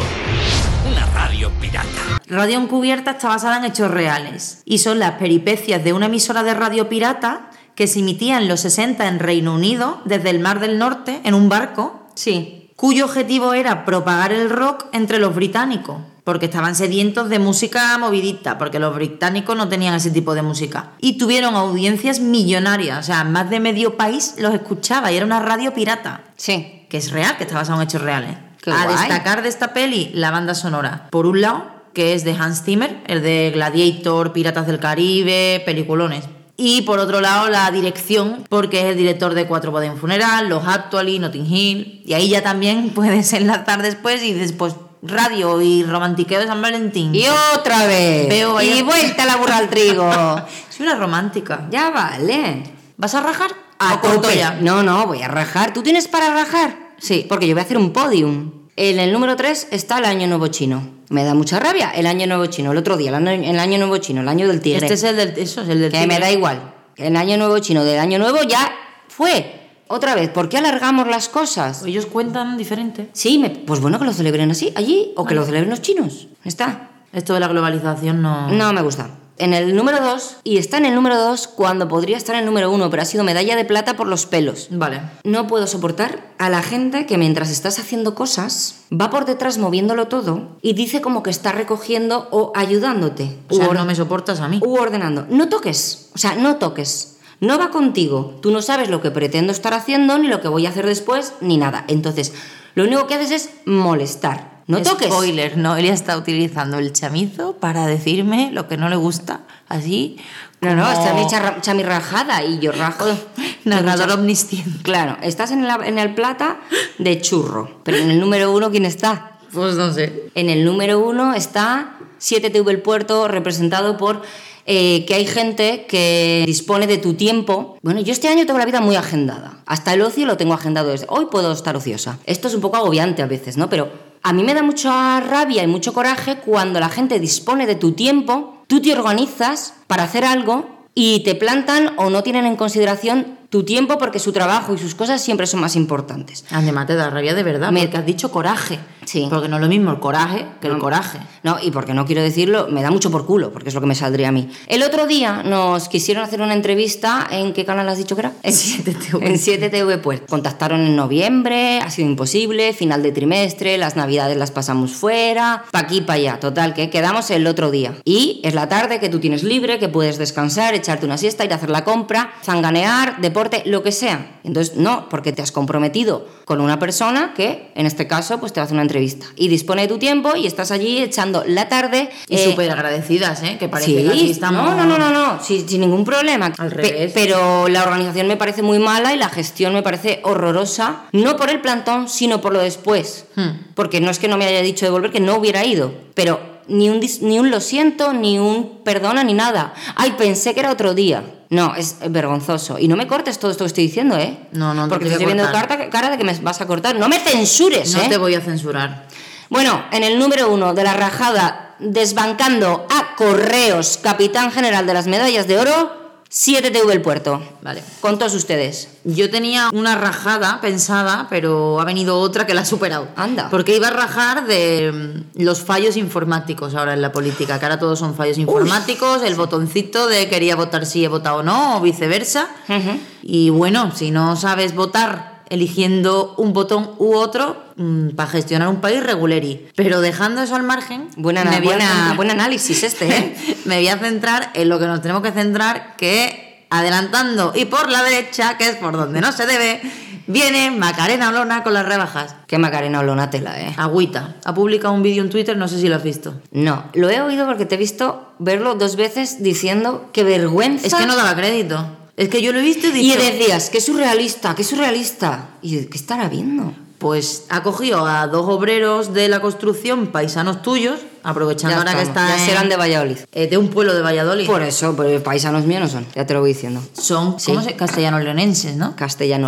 [SPEAKER 11] Una radio pirata.
[SPEAKER 1] Radio Encubierta está basada en hechos reales y son las peripecias de una emisora de radio pirata que se emitía en los 60 en Reino Unido desde el Mar del Norte en un barco
[SPEAKER 2] Sí.
[SPEAKER 1] cuyo objetivo era propagar el rock entre los británicos, porque estaban sedientos de música movidita, porque los británicos no tenían ese tipo de música. Y tuvieron audiencias millonarias, o sea, más de medio país los escuchaba y era una radio pirata,
[SPEAKER 2] Sí.
[SPEAKER 1] que es real, que está basada en hechos reales.
[SPEAKER 2] Qué
[SPEAKER 1] A
[SPEAKER 2] guay.
[SPEAKER 1] destacar de esta peli la banda sonora. Por un lado, que es de Hans Zimmer, el de Gladiator, Piratas del Caribe, peliculones. Y por otro lado, la dirección, porque es el director de Cuatro Bodas en Funeral, Los Actually, Notting Hill. Y ahí ya también puedes enlazar después y después radio y romantiqueo de San Valentín.
[SPEAKER 2] Y otra vez.
[SPEAKER 1] Veo, vaya-
[SPEAKER 2] Y vuelta la burra al trigo. Ah,
[SPEAKER 1] Soy una romántica.
[SPEAKER 2] ya vale.
[SPEAKER 1] ¿Vas a rajar?
[SPEAKER 2] A
[SPEAKER 1] ¿O corto
[SPEAKER 2] tope.
[SPEAKER 1] ya?
[SPEAKER 2] No, no, voy a rajar. ¿Tú tienes para rajar? Sí, porque yo voy a hacer un podium. En el número 3 está el Año Nuevo Chino. Me da mucha rabia el Año Nuevo Chino. El otro día, el Año, el año Nuevo Chino, el Año del Tigre.
[SPEAKER 1] Este es el del, eso es el del
[SPEAKER 2] que me
[SPEAKER 1] tigre.
[SPEAKER 2] da igual. El Año Nuevo Chino del Año Nuevo ya fue. Otra vez, ¿por qué alargamos las cosas?
[SPEAKER 1] Ellos cuentan diferente.
[SPEAKER 2] Sí, me- pues bueno, que lo celebren así, allí, o que
[SPEAKER 1] Vale.
[SPEAKER 2] lo celebren los chinos. Ya Está.
[SPEAKER 1] Esto de la globalización no...
[SPEAKER 2] No me gusta. En el número 2, y está en el número 2 cuando podría estar en el número 1, pero ha sido medalla de plata por los pelos.
[SPEAKER 1] Vale.
[SPEAKER 2] No puedo soportar a la gente que mientras estás haciendo cosas va por detrás moviéndolo todo y dice como que está recogiendo o ayudándote.
[SPEAKER 1] O sea,
[SPEAKER 2] u or-
[SPEAKER 1] no me soportas a mí.
[SPEAKER 2] u ordenando. No toques, o sea, no toques. No va contigo. Tú no sabes lo que pretendo estar haciendo, ni lo que voy a hacer después, ni nada. Entonces, lo único que haces es molestar. No toques.
[SPEAKER 1] Spoiler, Noelia está utilizando el chamizo para decirme lo que no le gusta, así.
[SPEAKER 2] No, no,
[SPEAKER 1] como
[SPEAKER 2] está mi charra- chamirrajada y yo rajo.
[SPEAKER 1] Narrador omnisciente.
[SPEAKER 2] Claro, estás en, la- en el plata de churro. Pero en el número uno, ¿quién está?
[SPEAKER 1] Pues no sé.
[SPEAKER 2] En el número uno está 7TV El Puerto, representado por eh, que hay gente que dispone de tu tiempo. Bueno, yo este año tengo la vida muy agendada. Hasta el ocio lo tengo agendado desde hoy, puedo estar ociosa. Esto es un poco agobiante a veces, ¿no? Pero a mí me da mucha rabia y mucho coraje cuando la gente dispone de tu tiempo, tú te organizas para hacer algo y te plantan o no tienen en consideración tu tiempo porque su trabajo y sus cosas siempre son más importantes.
[SPEAKER 1] Además te da rabia de verdad,
[SPEAKER 2] Me-
[SPEAKER 1] porque has dicho coraje.
[SPEAKER 2] Sí.
[SPEAKER 1] Porque no es lo mismo el coraje que el
[SPEAKER 2] No.
[SPEAKER 1] coraje.
[SPEAKER 2] No, y porque no quiero decirlo, me da mucho por culo, porque es lo que me saldría a mí. El otro día nos quisieron hacer una entrevista en qué canal has dicho que era? En
[SPEAKER 1] 7TV.
[SPEAKER 2] En 7TV, pues. Contactaron en noviembre, ha sido imposible, final de trimestre, las navidades las pasamos fuera, pa' aquí, pa' allá. Total, que quedamos el otro día. Y es la tarde que tú tienes libre, que puedes descansar, echarte una siesta, ir a hacer la compra, zanganear, deporte, lo que sea. Entonces, no, porque te has comprometido con una persona que, en este caso, pues te hace una entrevista. Y dispone de tu tiempo y estás allí echando la tarde.
[SPEAKER 1] Y
[SPEAKER 2] eh,
[SPEAKER 1] súper agradecidas, ¿eh? Que parece
[SPEAKER 2] sí,
[SPEAKER 1] que aquí estamos.
[SPEAKER 2] No, no, no, no, no, sin, sin ningún problema.
[SPEAKER 1] Al revés.
[SPEAKER 2] pero la organización me parece muy mala y la gestión me parece horrorosa, no por el plantón, sino por lo después.
[SPEAKER 1] Hmm.
[SPEAKER 2] Porque no es que no me haya dicho de volver, que no hubiera ido, pero ni un, dis- ni un lo siento, ni un perdona, ni nada. Ay, pensé que era otro día. No, es vergonzoso. Y no me cortes todo esto que estoy diciendo, ¿eh?
[SPEAKER 1] No, no, no
[SPEAKER 2] Porque
[SPEAKER 1] te
[SPEAKER 2] te
[SPEAKER 1] voy
[SPEAKER 2] estoy
[SPEAKER 1] a
[SPEAKER 2] viendo
[SPEAKER 1] cortar.
[SPEAKER 2] carta- cara de que me vas a cortar. No me censures,
[SPEAKER 1] No
[SPEAKER 2] ¿eh?
[SPEAKER 1] te voy a censurar.
[SPEAKER 2] Bueno, en el número uno de la rajada, desbancando a Correos, capitán general de las medallas de oro, 7TV del Puerto.
[SPEAKER 1] Vale.
[SPEAKER 2] Con todos ustedes.
[SPEAKER 1] Yo tenía una rajada pensada, pero ha venido otra que la ha superado.
[SPEAKER 2] Anda.
[SPEAKER 1] Porque iba a rajar de mm, los fallos informáticos ahora en la política, que ahora todos son fallos informáticos, el botoncito de quería votar si he votado o no, o viceversa.
[SPEAKER 2] Ujú.
[SPEAKER 1] Y bueno, si no sabes votar eligiendo un botón u otro, para gestionar un país reguleri. Pero dejando eso al margen,
[SPEAKER 2] Buena,
[SPEAKER 1] me voy a
[SPEAKER 2] buena,
[SPEAKER 1] centrar-
[SPEAKER 2] buen análisis este, ¿eh?
[SPEAKER 1] me voy a centrar en lo que nos tenemos que centrar, que adelantando y por la derecha, que es por donde no se debe, viene Macarena Olona con las rebajas.
[SPEAKER 2] Qué Macarena Olona tela, ¿eh?
[SPEAKER 1] Agüita, ha publicado un vídeo en Twitter, no sé si lo has visto.
[SPEAKER 2] No, lo he oído porque te he visto verlo dos veces diciendo qué vergüenza.
[SPEAKER 1] Es que no daba crédito. Es que yo lo he visto y he
[SPEAKER 2] Y
[SPEAKER 1] dicho,
[SPEAKER 2] decías, qué surrealista, qué surrealista. ¿Y qué estará viendo?
[SPEAKER 1] pues ha cogido a dos obreros de la construcción, paisanos tuyos, aprovechando
[SPEAKER 2] Ya
[SPEAKER 1] Pues ahora que
[SPEAKER 2] estamos,
[SPEAKER 1] está
[SPEAKER 2] ya
[SPEAKER 1] en-
[SPEAKER 2] serán de Valladolid.
[SPEAKER 1] eh, de un pueblo de Valladolid.
[SPEAKER 2] Por eso, pero paisanos míos no son, ya te lo voy diciendo.
[SPEAKER 1] Son, ¿cómo
[SPEAKER 2] Sí.
[SPEAKER 1] se- Castellano-leonenses, ¿no?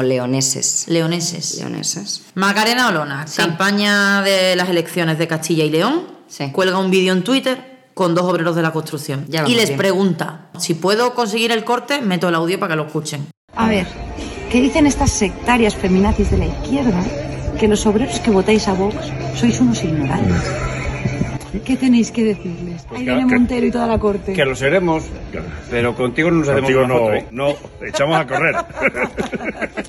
[SPEAKER 2] Castellano-leoneses.
[SPEAKER 1] Leoneses.
[SPEAKER 2] Leoneses.
[SPEAKER 1] Macarena Olona,
[SPEAKER 2] Sí.
[SPEAKER 1] campaña de las elecciones de Castilla y León,
[SPEAKER 2] Sí.
[SPEAKER 1] cuelga un vídeo en Twitter con dos obreros de la construcción
[SPEAKER 2] Ya vamos
[SPEAKER 1] y les
[SPEAKER 2] bien.
[SPEAKER 1] pregunta, si puedo conseguir el corte, meto el audio para que lo escuchen.
[SPEAKER 12] A ver, ¿qué dicen estas sectarias feminazis de la izquierda? Que los obreros que votáis a Vox sois unos ignorantes. ¿Qué tenéis que decirles? Ahí
[SPEAKER 13] que-
[SPEAKER 12] viene
[SPEAKER 13] Pues que-
[SPEAKER 12] Montero y toda la corte.
[SPEAKER 13] Que lo seremos, pero contigo no nos haremos
[SPEAKER 14] Contigo
[SPEAKER 13] una
[SPEAKER 14] no,
[SPEAKER 13] foto, ¿eh?
[SPEAKER 14] no, echamos a correr.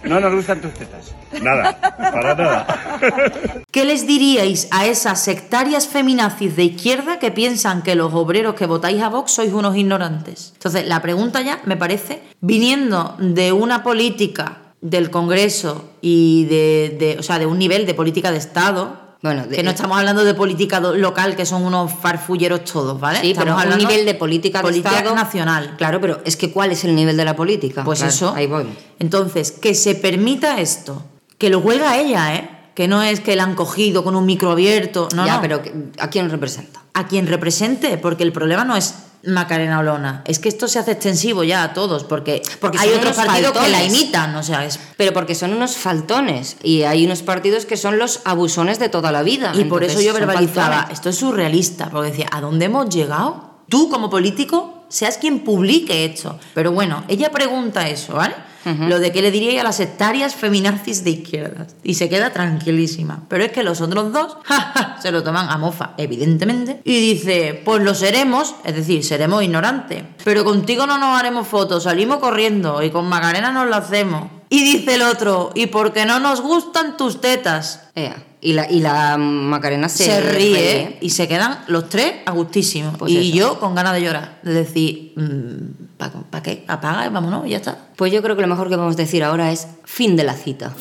[SPEAKER 13] No nos gustan tus tetas.
[SPEAKER 14] Nada, para nada.
[SPEAKER 1] ¿Qué les diríais a esas sectarias feminazis de izquierda que piensan que los obreros que votáis a Vox sois unos ignorantes? Entonces, la pregunta ya me parece, viniendo de una política del Congreso y de, de- o sea, de un nivel de política de Estado,
[SPEAKER 2] Bueno, de- eh,
[SPEAKER 1] Que no estamos hablando de política do- local, que son unos farfulleros todos, ¿vale?
[SPEAKER 2] Sí,
[SPEAKER 1] estamos
[SPEAKER 2] pero un
[SPEAKER 1] hablando
[SPEAKER 2] nivel de política de
[SPEAKER 1] política
[SPEAKER 2] Estado-
[SPEAKER 1] nacional.
[SPEAKER 2] Claro, pero es que ¿cuál es el nivel de la política?
[SPEAKER 1] Pues
[SPEAKER 2] Claro,
[SPEAKER 1] eso.
[SPEAKER 2] Ahí voy.
[SPEAKER 1] Entonces, que se permita esto, que lo huelga ella, ¿eh? Que no es que la han cogido con un micro abierto, no,
[SPEAKER 2] ya,
[SPEAKER 1] no.
[SPEAKER 2] pero que- ¿a quién representa?
[SPEAKER 1] a quien represente, porque el problema no es Macarena Olona, es que esto se hace extensivo ya a todos, porque,
[SPEAKER 2] Porque
[SPEAKER 1] hay
[SPEAKER 2] son
[SPEAKER 1] otros
[SPEAKER 2] unos
[SPEAKER 1] partidos que la
[SPEAKER 2] faltones.
[SPEAKER 1] imitan, o sea, es-
[SPEAKER 2] Pero porque son unos faltones y hay unos partidos que son los abusones de toda la vida.
[SPEAKER 1] y por
[SPEAKER 2] Entonces,
[SPEAKER 1] eso yo
[SPEAKER 2] son
[SPEAKER 1] verbalizaba,
[SPEAKER 2] faltones.
[SPEAKER 1] esto es surrealista, porque decía, ¿a dónde hemos llegado? Tú como político, seas quien publique esto. Pero bueno, ella pregunta eso, ¿vale? Lo de qué le diría a las hectáreas feminazis de izquierdas. Y se queda tranquilísima. Pero es que los otros dos ja, ja, se lo toman a mofa, evidentemente. Y dice, pues lo seremos, es decir, seremos ignorantes. Pero contigo no nos haremos fotos, salimos corriendo y con Macarena nos la hacemos. Y dice el otro, y porque no nos gustan tus tetas.
[SPEAKER 2] Ea, Y la, y la Macarena se,
[SPEAKER 1] se, ríe y se quedan los tres a gustísimo.
[SPEAKER 2] Pues
[SPEAKER 1] y
[SPEAKER 2] eso.
[SPEAKER 1] yo con ganas de llorar. De decir, ¿para qué? Apaga y vámonos, y ya está.
[SPEAKER 2] Pues yo creo que lo mejor que podemos decir ahora es fin de la cita.